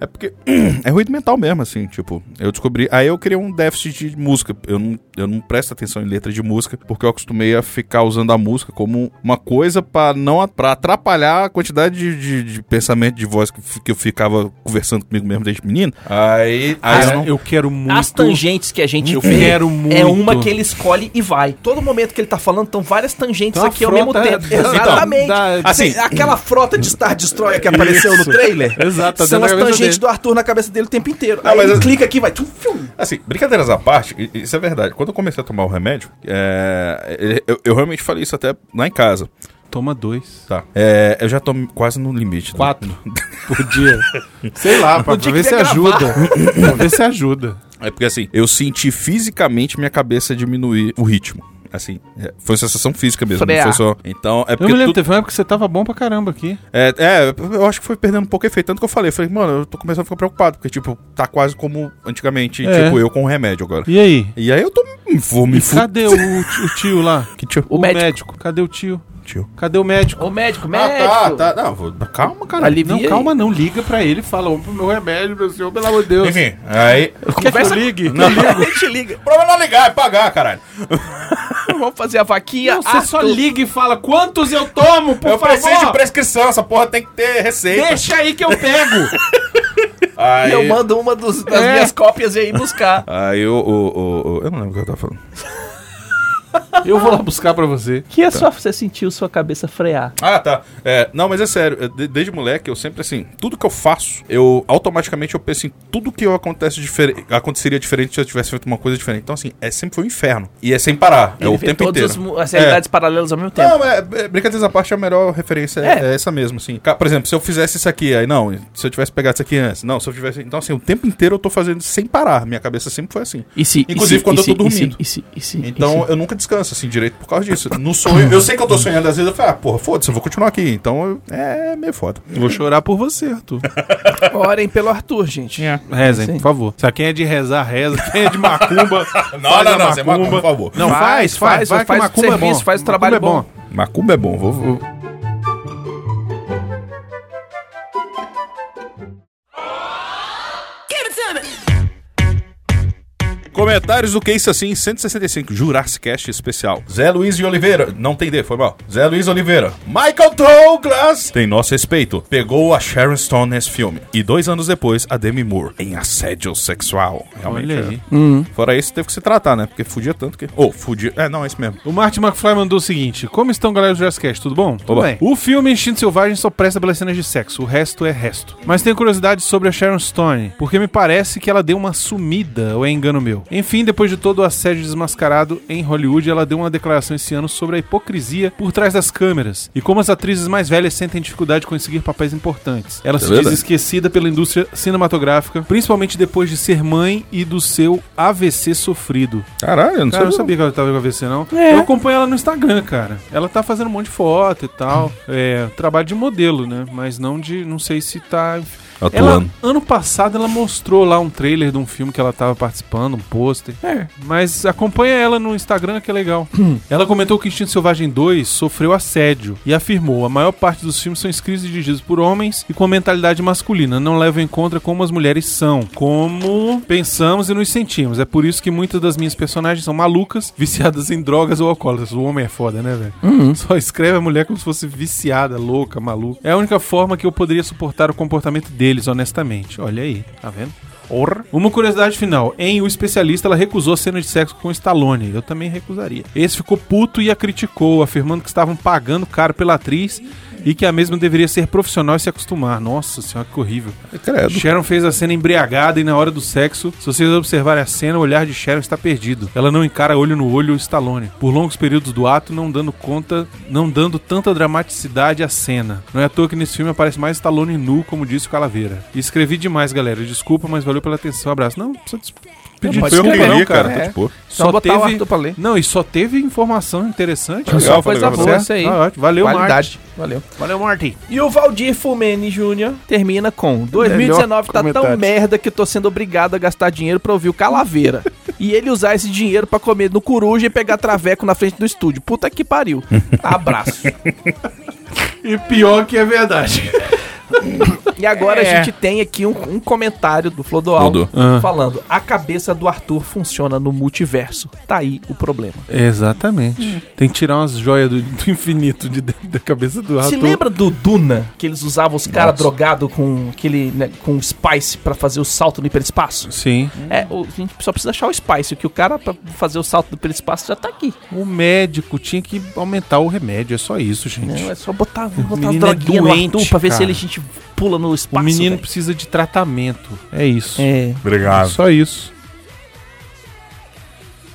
Speaker 4: É porque *clears throat* é ruído mental mesmo, assim, tipo, eu descobri. Aí eu criei um déficit de música. Eu não, eu não presto atenção em letra de música, porque eu acostumei a ficar usando a música como uma coisa pra não a- pra atrapalhar a quantidade de, de- de pensamento de voz que, fi- que eu ficava conversando comigo mesmo desde menino. Aí,
Speaker 3: Cara,
Speaker 4: aí Ah, eu não.
Speaker 3: eu quero muito.
Speaker 2: As tangentes que a gente
Speaker 3: Eu
Speaker 2: vê
Speaker 3: quero muito.
Speaker 2: é uma que ele escolhe e vai. Todo momento que ele tá falando, estão várias tangentes
Speaker 3: Então,
Speaker 2: aqui ao
Speaker 3: a
Speaker 2: mesmo
Speaker 3: frota-
Speaker 2: tempo.
Speaker 3: *laughs* Então,
Speaker 2: Exatamente.
Speaker 3: dá-
Speaker 2: Assim,
Speaker 4: assim-
Speaker 2: aquela frota de Star Destroyer que apareceu no trailer é
Speaker 3: Exato, tá
Speaker 2: são
Speaker 3: dentro da
Speaker 2: as
Speaker 3: cabeça
Speaker 2: tangentes
Speaker 3: dele.
Speaker 2: do Arthur na cabeça dele o tempo inteiro.
Speaker 4: Não,
Speaker 2: Aí
Speaker 4: mas
Speaker 2: ele
Speaker 4: eu-
Speaker 2: clica aqui e vai. tchum, tchum.
Speaker 4: Assim, brincadeiras à parte, i- isso é verdade. Quando eu comecei a tomar o remédio, é, eu, eu realmente falei isso até lá em casa.
Speaker 3: Toma dois.
Speaker 4: Tá. É, eu já tô quase no limite. né? do-
Speaker 3: Quatro *laughs* por dia. Sei lá, pra, pra
Speaker 2: dia
Speaker 3: ver
Speaker 2: que
Speaker 3: se
Speaker 2: ia gravar.
Speaker 3: ajuda. *laughs* pra ver se ajuda.
Speaker 4: É porque assim, eu senti fisicamente minha cabeça diminuir o ritmo. Assim, é, foi uma sensação física mesmo. Não
Speaker 2: Frear.
Speaker 4: foi só. Então,
Speaker 3: ah. Eu
Speaker 4: é
Speaker 3: me
Speaker 4: porque.
Speaker 3: lembro,
Speaker 4: tudo-
Speaker 3: teve uma época que você tava bom pra caramba aqui.
Speaker 4: é, é, eu acho que foi perdendo um pouco efeito. Tanto que eu falei, eu falei, mano, eu tô começando a ficar preocupado, porque, tipo, tá quase como antigamente,
Speaker 3: É.
Speaker 4: tipo, eu com o remédio agora.
Speaker 3: E aí?
Speaker 4: E aí eu tô. Vou me
Speaker 3: E
Speaker 4: fuder.
Speaker 3: cadê o, o tio lá?
Speaker 4: Que tio?
Speaker 2: O médico.
Speaker 3: Cadê o tio?
Speaker 4: Tio.
Speaker 3: Cadê o médico?
Speaker 2: Ô médico, médico.
Speaker 4: Ah, tá, tá. Não, vou- calma, cara.
Speaker 2: Alivia
Speaker 3: Não,
Speaker 2: aí.
Speaker 3: calma, não. Liga pra ele e fala: "Ô, pro meu remédio, meu senhor, pelo amor de Deus.
Speaker 4: Enfim, aí.
Speaker 3: Quer que eu
Speaker 2: Conversa-
Speaker 3: ligue?
Speaker 4: Não,
Speaker 2: *laughs* A gente liga.
Speaker 4: o problema não é ligar, é pagar, caralho.
Speaker 2: Vamos fazer a vaquinha.
Speaker 3: Não, você só
Speaker 2: Arthur.
Speaker 3: liga e fala quantos eu tomo, por
Speaker 4: eu
Speaker 3: favor.
Speaker 4: preciso de prescrição, essa porra tem que ter receita.
Speaker 3: Deixa aí que eu pego.
Speaker 4: Aí...
Speaker 2: Eu mando uma dos- das
Speaker 3: É.
Speaker 2: minhas cópias e aí buscar.
Speaker 4: Aí o. o- o- o- Eu não lembro o que eu tava falando.
Speaker 3: eu vou lá buscar pra você.
Speaker 2: *laughs* que é só você sentiu sua cabeça frear?
Speaker 4: Ah, tá. É, não, mas é sério. eu, de- desde moleque, eu sempre, assim, tudo que eu faço, eu automaticamente eu penso em tudo que eu acontece difere- aconteceria diferente se eu tivesse feito uma coisa diferente. Então, assim, é, sempre foi um inferno. E é sem parar. é
Speaker 2: Ele
Speaker 4: o
Speaker 2: vê
Speaker 4: tempo
Speaker 2: todas
Speaker 4: inteiro.
Speaker 2: as mu- as realidades paralelas ao mesmo tempo.
Speaker 4: Não, é, é, brincadeiras à parte, a melhor referência é,
Speaker 2: É.
Speaker 4: é essa mesmo, assim. Ca- Por exemplo, se eu fizesse isso aqui, aí não, se eu tivesse pegado isso aqui antes, não, se eu tivesse... Então, assim, o tempo inteiro eu tô fazendo sem parar. Minha cabeça sempre foi assim.
Speaker 2: E se,
Speaker 4: Inclusive
Speaker 2: e se,
Speaker 4: quando
Speaker 2: e
Speaker 4: eu tô
Speaker 2: se, e se,
Speaker 4: dormindo.
Speaker 2: e se, e se, e se.
Speaker 4: Então eu nunca descanso, assim, direito por causa disso. No sonho, eu sei que eu tô sonhando, às vezes eu falo, ah, porra, foda-se, eu vou continuar aqui. Então eu- é meio foda.
Speaker 3: Vou chorar por você, Arthur.
Speaker 2: *laughs* Orem pelo Arthur, gente.
Speaker 3: Rezem,
Speaker 2: Sim.
Speaker 3: por favor. Se quem é de rezar, reza. Quem é de macumba. faz
Speaker 4: *laughs* Não, não,
Speaker 3: a
Speaker 4: não, você é macumba, por favor.
Speaker 3: Não, faz, faz, faz, faz,
Speaker 2: faz o
Speaker 3: macumba é bom.
Speaker 2: serviço, faz o trabalho
Speaker 3: Macumba
Speaker 2: bom.
Speaker 4: Macumba é bom, vou. vou. Comentários do que isso assim, 165, Jurassic Cast especial. Zé Luiz de Oliveira, não tem D, foi mal. Zé Luiz Oliveira, Michael Douglas, tem nosso respeito, pegou a Sharon Stone nesse filme. E dois anos depois, a Demi Moore, em assédio sexual. Realmente,
Speaker 3: Olha aí.
Speaker 4: é. Fora isso, teve que se tratar, né? Porque fudia tanto que... Ou, fudia... É, não, é isso mesmo.
Speaker 3: O Martin McFly mandou o seguinte: Como estão, galera do Jurassic Cast? Tudo bom? Tudo
Speaker 4: Oba.
Speaker 3: bem. O filme Instinto Selvagem só presta pelas cenas de sexo, o resto é resto. Mas tenho curiosidade sobre a Sharon Stone, porque me parece que ela deu uma sumida, ou é engano meu. Enfim, depois de todo o assédio desmascarado em Hollywood, ela deu uma declaração esse ano sobre a hipocrisia por trás das câmeras e como as atrizes mais velhas sentem dificuldade de conseguir papéis importantes. Ela se diz
Speaker 4: verdade.
Speaker 3: esquecida pela indústria cinematográfica, principalmente depois de ser mãe e do seu AVC sofrido.
Speaker 4: Caralho, eu não
Speaker 3: Cara, eu não
Speaker 4: sabia.
Speaker 3: sabia que ela tava com AVC, não. Eu acompanho ela no Instagram, cara. Ela tá fazendo um monte de foto e tal. É, trabalho de modelo, né? Mas não de. Não sei se tá. Ela,
Speaker 4: atuando.
Speaker 3: ano passado ela mostrou lá um trailer de um filme que ela tava participando, um pôster. É. Mas acompanha ela no Instagram que é legal. ela comentou que Instinto Selvagem 2 sofreu assédio e afirmou: a maior parte dos filmes são escritos e dirigidos por homens e com a mentalidade masculina. Não levam em conta como as mulheres são, como pensamos e nos sentimos. É por isso que muitas das minhas personagens são malucas, *laughs* viciadas em drogas ou alcoólatras. O homem é foda, né, velho? *laughs* Só escreve a mulher como se fosse viciada, louca, maluca. É a única forma que eu poderia suportar o comportamento deles, honestamente. Olha aí, tá vendo? Orra. Uma curiosidade final. Em O Especialista, ela recusou cena de sexo com Stallone. Eu também recusaria. Esse ficou puto e a criticou, afirmando que estavam pagando caro pela atriz e que a mesma deveria ser profissional e se acostumar. Nossa senhora, que horrível.
Speaker 4: Credo.
Speaker 3: Sharon fez a cena embriagada e na hora do sexo, se vocês observarem a cena, o olhar de Sharon está perdido. Ela não encara olho no olho o Stallone, por longos períodos do ato, não dando conta, não dando tanta dramaticidade à cena. Não é à toa que nesse filme aparece mais Stallone nu, como disse o Calaveira. E escrevi demais, galera. Desculpa, mas valeu pela atenção. abraço. Não, só des... um pedir
Speaker 2: pode
Speaker 4: Foi o que eu
Speaker 2: escrever,
Speaker 4: queria,
Speaker 2: não, cara.
Speaker 4: cara. tá
Speaker 2: É.
Speaker 4: de boa.
Speaker 2: Só botar o Arthur pra ler.
Speaker 3: Não, e só teve informação interessante.
Speaker 4: Legal, foi
Speaker 2: coisa
Speaker 4: legal.
Speaker 2: boa.
Speaker 4: Você-
Speaker 2: isso aí.
Speaker 3: Tá ótimo. Valeu, Marcos.
Speaker 2: Qualidade. Valeu.
Speaker 3: Valeu, Martin.
Speaker 2: E o Valdir Fumene Júnior termina com 2019 tá tão
Speaker 6: comentário.
Speaker 2: merda que tô sendo obrigado a gastar dinheiro pra ouvir o *laughs* Calaveira. e ele usar esse dinheiro pra comer no coruja e pegar traveco na frente do estúdio. Puta que *laughs* pariu. Abraço.
Speaker 3: E pior que é verdade.
Speaker 2: E agora a gente tem aqui um, um comentário do Flodoal
Speaker 4: Flodô.
Speaker 2: falando: a cabeça do Arthur funciona no multiverso. Tá aí o problema.
Speaker 3: Exatamente. Tem que tirar umas joias do, do infinito de dentro da cabeça do rato.
Speaker 2: Se lembra do Duna, que eles usavam os caras drogados com aquele. né, com Spice pra fazer o salto no hiperespaço?
Speaker 3: Sim.
Speaker 2: É, o- a gente só precisa achar o Spice, que o cara, pra fazer o salto do hiperespaço, já tá aqui.
Speaker 3: O médico tinha que aumentar o remédio, é só isso, gente.
Speaker 2: Não, é só botar, botar uma
Speaker 3: menino é
Speaker 2: droguinha
Speaker 3: doente,
Speaker 2: no Arthur pra ver se
Speaker 3: cara.
Speaker 2: ele a gente pula no espaço.
Speaker 3: o menino
Speaker 2: velho.
Speaker 3: precisa de tratamento. É isso.
Speaker 2: É.
Speaker 4: Obrigado.
Speaker 3: Só isso.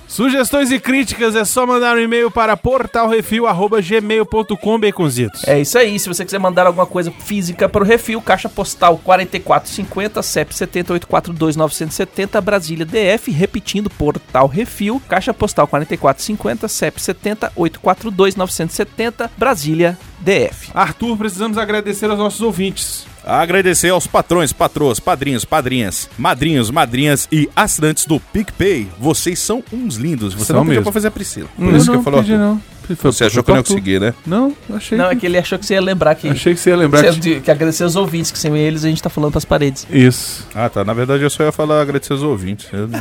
Speaker 3: Sugestões e críticas é só mandar um e-mail para portalrefil@gmail.com, baconzitos.
Speaker 2: É isso aí. Se você quiser mandar alguma coisa física para o refil, caixa postal 4450 CEP 70842-970 Brasília DF, repetindo, portal refil, caixa postal 4450 CEP 70842-970 Brasília DF.
Speaker 3: Arthur, precisamos agradecer aos nossos ouvintes.
Speaker 6: Agradecer aos patrões, patroas, padrinhos, padrinhas, madrinhos, madrinhas e assinantes do PicPay. Vocês são uns lindos. Você
Speaker 3: São
Speaker 6: não pediu
Speaker 3: mesmo.
Speaker 6: pra fazer a Priscila. Por
Speaker 3: Não,
Speaker 6: isso que
Speaker 3: Hum. não
Speaker 6: eu falo.
Speaker 3: pedi,
Speaker 6: Arthur,
Speaker 3: não. Foi-
Speaker 4: Você
Speaker 3: foi
Speaker 4: achou que eu não ia
Speaker 3: Arthur.
Speaker 4: conseguir, né?
Speaker 3: Não, achei.
Speaker 2: Não, é
Speaker 3: que...
Speaker 2: que ele achou que você ia lembrar que,
Speaker 3: Achei que você ia lembrar.
Speaker 2: você- é
Speaker 3: que-
Speaker 2: de- que agradecer aos ouvintes, que sem eles a gente tá falando pras paredes.
Speaker 3: Isso.
Speaker 4: Ah, tá. Na verdade, eu só ia falar agradecer aos ouvintes. Eu não-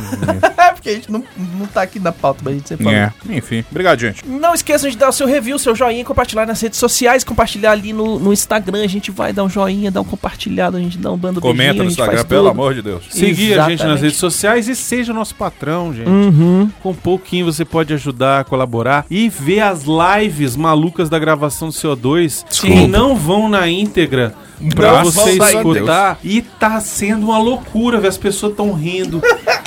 Speaker 2: É, porque a gente não, não tá aqui na pauta, mas a gente sempre fala.
Speaker 4: É. Enfim. Obrigado, gente.
Speaker 2: Não esqueçam de dar o seu review, seu joinha, compartilhar nas redes sociais, compartilhar ali no, no Instagram. A gente vai dar um joinha, dar um compartilhado, a gente dá um bando
Speaker 4: Comenta
Speaker 2: beijinho,
Speaker 4: no
Speaker 2: a gente faz
Speaker 4: Instagram,
Speaker 2: tudo.
Speaker 4: pelo amor de Deus.
Speaker 3: Seguir a gente nas
Speaker 2: Exatamente. Uhum.
Speaker 3: redes sociais e seja nosso patrão, gente. Com um pouquinho você pode ajudar, colaborar e ver as lives malucas da gravação do CO2 que
Speaker 4: Desculpa.
Speaker 3: não vão na íntegra.
Speaker 2: Um
Speaker 3: Pra
Speaker 4: Graças
Speaker 3: você
Speaker 4: a Deus.
Speaker 3: escutar. E tá sendo uma loucura, velho. As pessoas estão
Speaker 2: *laughs*
Speaker 3: rindo.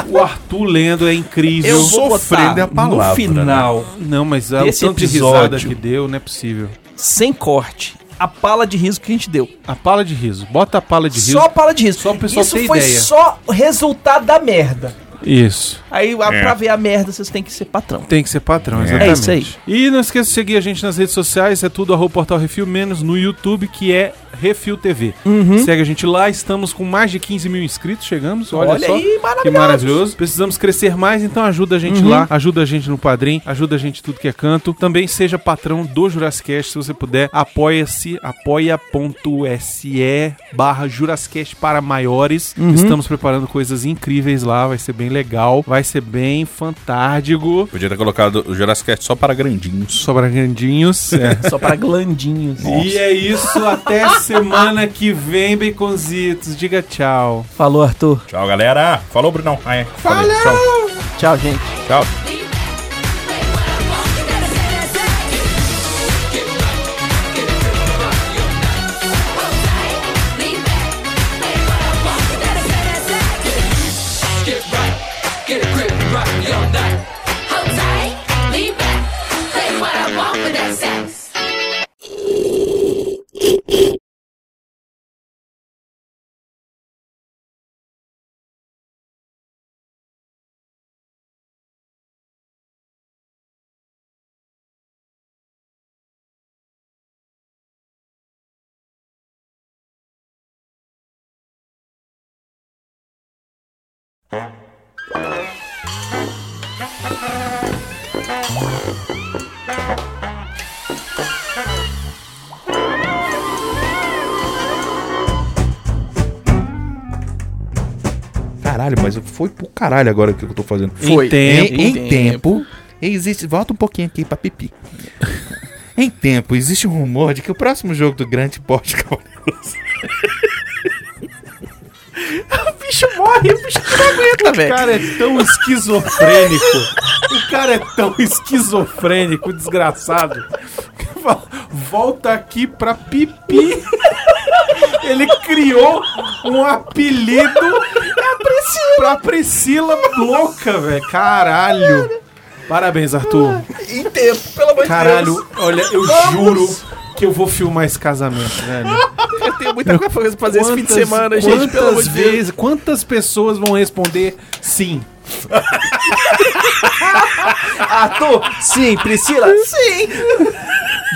Speaker 3: o Arthur lendo é incrível.
Speaker 2: Eu vou
Speaker 4: Sofrendo é
Speaker 2: botar
Speaker 4: a palavra,
Speaker 2: no final,
Speaker 3: né? Não, mas ah, o
Speaker 2: Esse
Speaker 3: tanto de
Speaker 2: episódio-
Speaker 3: risada que deu, não é possível.
Speaker 2: sem corte, a pala de riso que a gente deu.
Speaker 3: A pala de riso. Bota a pala de riso.
Speaker 2: Só a pala de riso.
Speaker 3: Só o pessoal
Speaker 2: Isso
Speaker 3: ter
Speaker 2: foi
Speaker 3: ideia.
Speaker 2: só o resultado da merda.
Speaker 3: Isso.
Speaker 2: Aí, a-
Speaker 4: É.
Speaker 2: pra ver a merda, vocês têm que ser patrão. *laughs*
Speaker 3: Tem que ser patrão, exatamente.
Speaker 2: É isso aí.
Speaker 3: E não esqueça de seguir a gente nas redes sociais, é tudo arroba portal Refil, menos no YouTube, que é Refil TV.
Speaker 2: Uhum.
Speaker 3: Segue a gente lá, estamos com mais de 15 mil inscritos, chegamos, olha,
Speaker 2: Olha
Speaker 3: só.
Speaker 2: aí,
Speaker 3: Que
Speaker 2: maravilhoso. Uhum.
Speaker 3: maravilhoso. Precisamos crescer mais, então ajuda a gente lá, ajuda a gente no Padrim, ajuda a gente em tudo que é canto. Também seja patrão do Jurassicast, se você puder. Apoia-se, apoia.se barra Jurassicast para maiores.
Speaker 2: Uhum.
Speaker 3: Estamos preparando coisas incríveis lá, vai ser bem legal, vai ser bem fantástico.
Speaker 4: Podia ter colocado o Jurassic Cast só para grandinhos.
Speaker 3: Sobra grandinhos.
Speaker 2: Só para glandinhos.
Speaker 3: E é isso, até semana que vem, baconzitos. Diga tchau.
Speaker 2: Falou, Arthur.
Speaker 4: Tchau, galera. Falou, Brunão. Ah, é. Falei. Tchau.
Speaker 2: Tchau, gente.
Speaker 4: Tchau.
Speaker 9: Sex.
Speaker 6: Caralho, mas foi pro caralho agora o que eu tô fazendo.
Speaker 2: Foi.
Speaker 3: Em tempo.
Speaker 6: Em, em tempo, existe. Volta um pouquinho aqui pra pipi. em tempo, existe um rumor de que o próximo jogo do Grande Porte Cavaleiros.
Speaker 2: O bicho morre, o bicho não aguenta,
Speaker 3: O
Speaker 2: velho.
Speaker 3: cara é tão esquizofrênico. o cara é tão esquizofrênico, desgraçado. *laughs* que fala, Volta aqui pra pipi. Ele criou um apelido
Speaker 2: É
Speaker 3: pra Priscila louca, velho. Caralho. Parabéns, Arthur.
Speaker 2: Em tempo, pelo amor
Speaker 3: Caralho, olha, eu juro que eu vou filmar esse casamento, velho.
Speaker 2: Eu tenho muita coisa pra fazer esse fim de
Speaker 3: Quantas-
Speaker 2: semana, gente, pelo amor
Speaker 3: quantas
Speaker 2: de Deus.
Speaker 3: vezes, quantas pessoas vão responder sim?
Speaker 2: *laughs* Arthur, sim. Priscila, sim.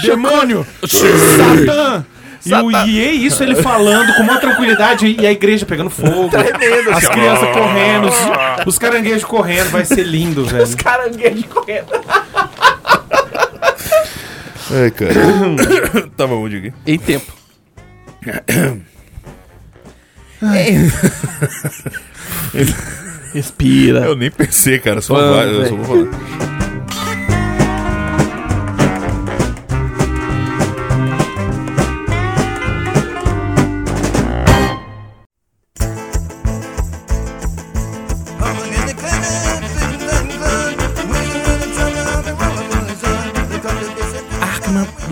Speaker 3: Demônio! Satã! E o Iê, isso ele falando com uma tranquilidade e a igreja pegando fogo.
Speaker 2: Tremendo, assim,
Speaker 3: As crianças correndo, os, os caranguejos correndo, vai ser lindo, velho.
Speaker 2: caranguejos correndo.
Speaker 6: Ai, cara. *laughs* Tava onde aqui?
Speaker 2: Em tempo. Respira.
Speaker 6: Eu nem pensei, cara. Só
Speaker 2: Vamos,
Speaker 6: vai, eu só
Speaker 2: velho.
Speaker 6: vou falar.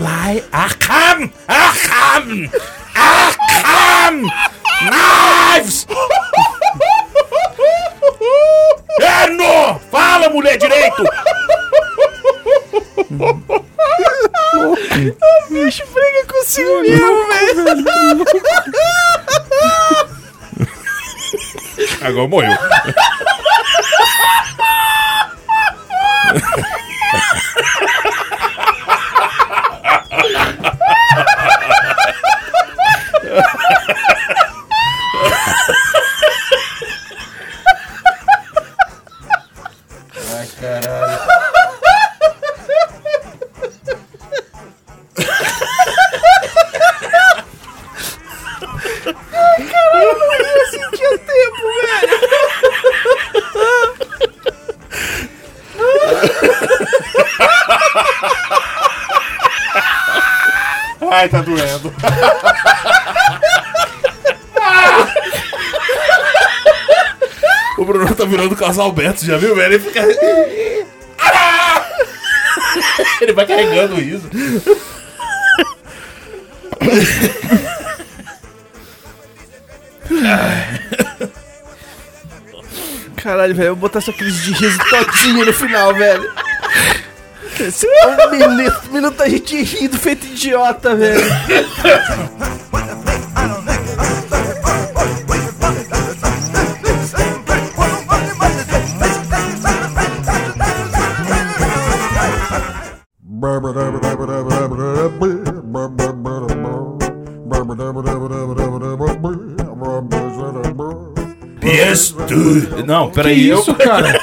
Speaker 4: Arkham! Arkham! Arkham! Knives! Erno! Fala, mulher, direito!
Speaker 2: bicho briga com o Silvio, velho.
Speaker 6: Agora morreu.
Speaker 4: Ai, tá doendo. o Bruno tá virando o Carlos Alberto, já viu, velho? Ele fica. Ah! Ele vai carregando isso.
Speaker 2: Caralho, velho, eu vou botar essa crise de riso todinha no final, velho. Esse é um minuto, minuto a gente rindo feito idiota, velho.
Speaker 4: Piesto! Não, peraí, eu.
Speaker 3: É isso, cara?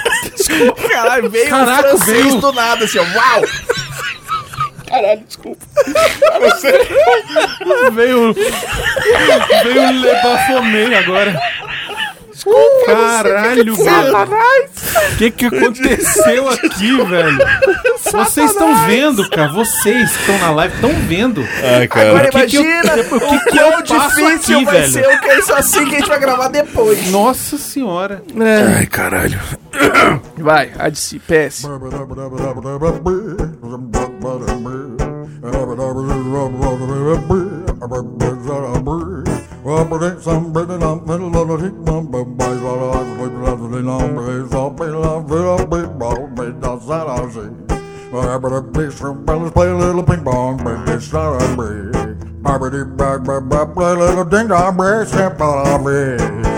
Speaker 2: Caralho, veio
Speaker 3: Caraca,
Speaker 2: um francês
Speaker 3: veio.
Speaker 2: do nada, assim, ó. Uau!
Speaker 3: veio. Veio levar fome agora. Caralho, velho. O que, que aconteceu aqui, velho? Vocês estão vendo, cara. Vocês que estão na live estão vendo.
Speaker 6: Ai, cara.
Speaker 2: Agora
Speaker 3: que que eu-
Speaker 2: imagina
Speaker 3: o que
Speaker 2: o
Speaker 3: que
Speaker 2: quão
Speaker 3: eu faço
Speaker 2: difícil
Speaker 3: aqui,
Speaker 2: vai
Speaker 3: velho?
Speaker 2: ser o que é isso assim que a gente vai gravar depois.
Speaker 3: Nossa senhora.
Speaker 6: Ai, caralho.
Speaker 2: Vai, a de si, PS.
Speaker 9: Play little ding dong, simple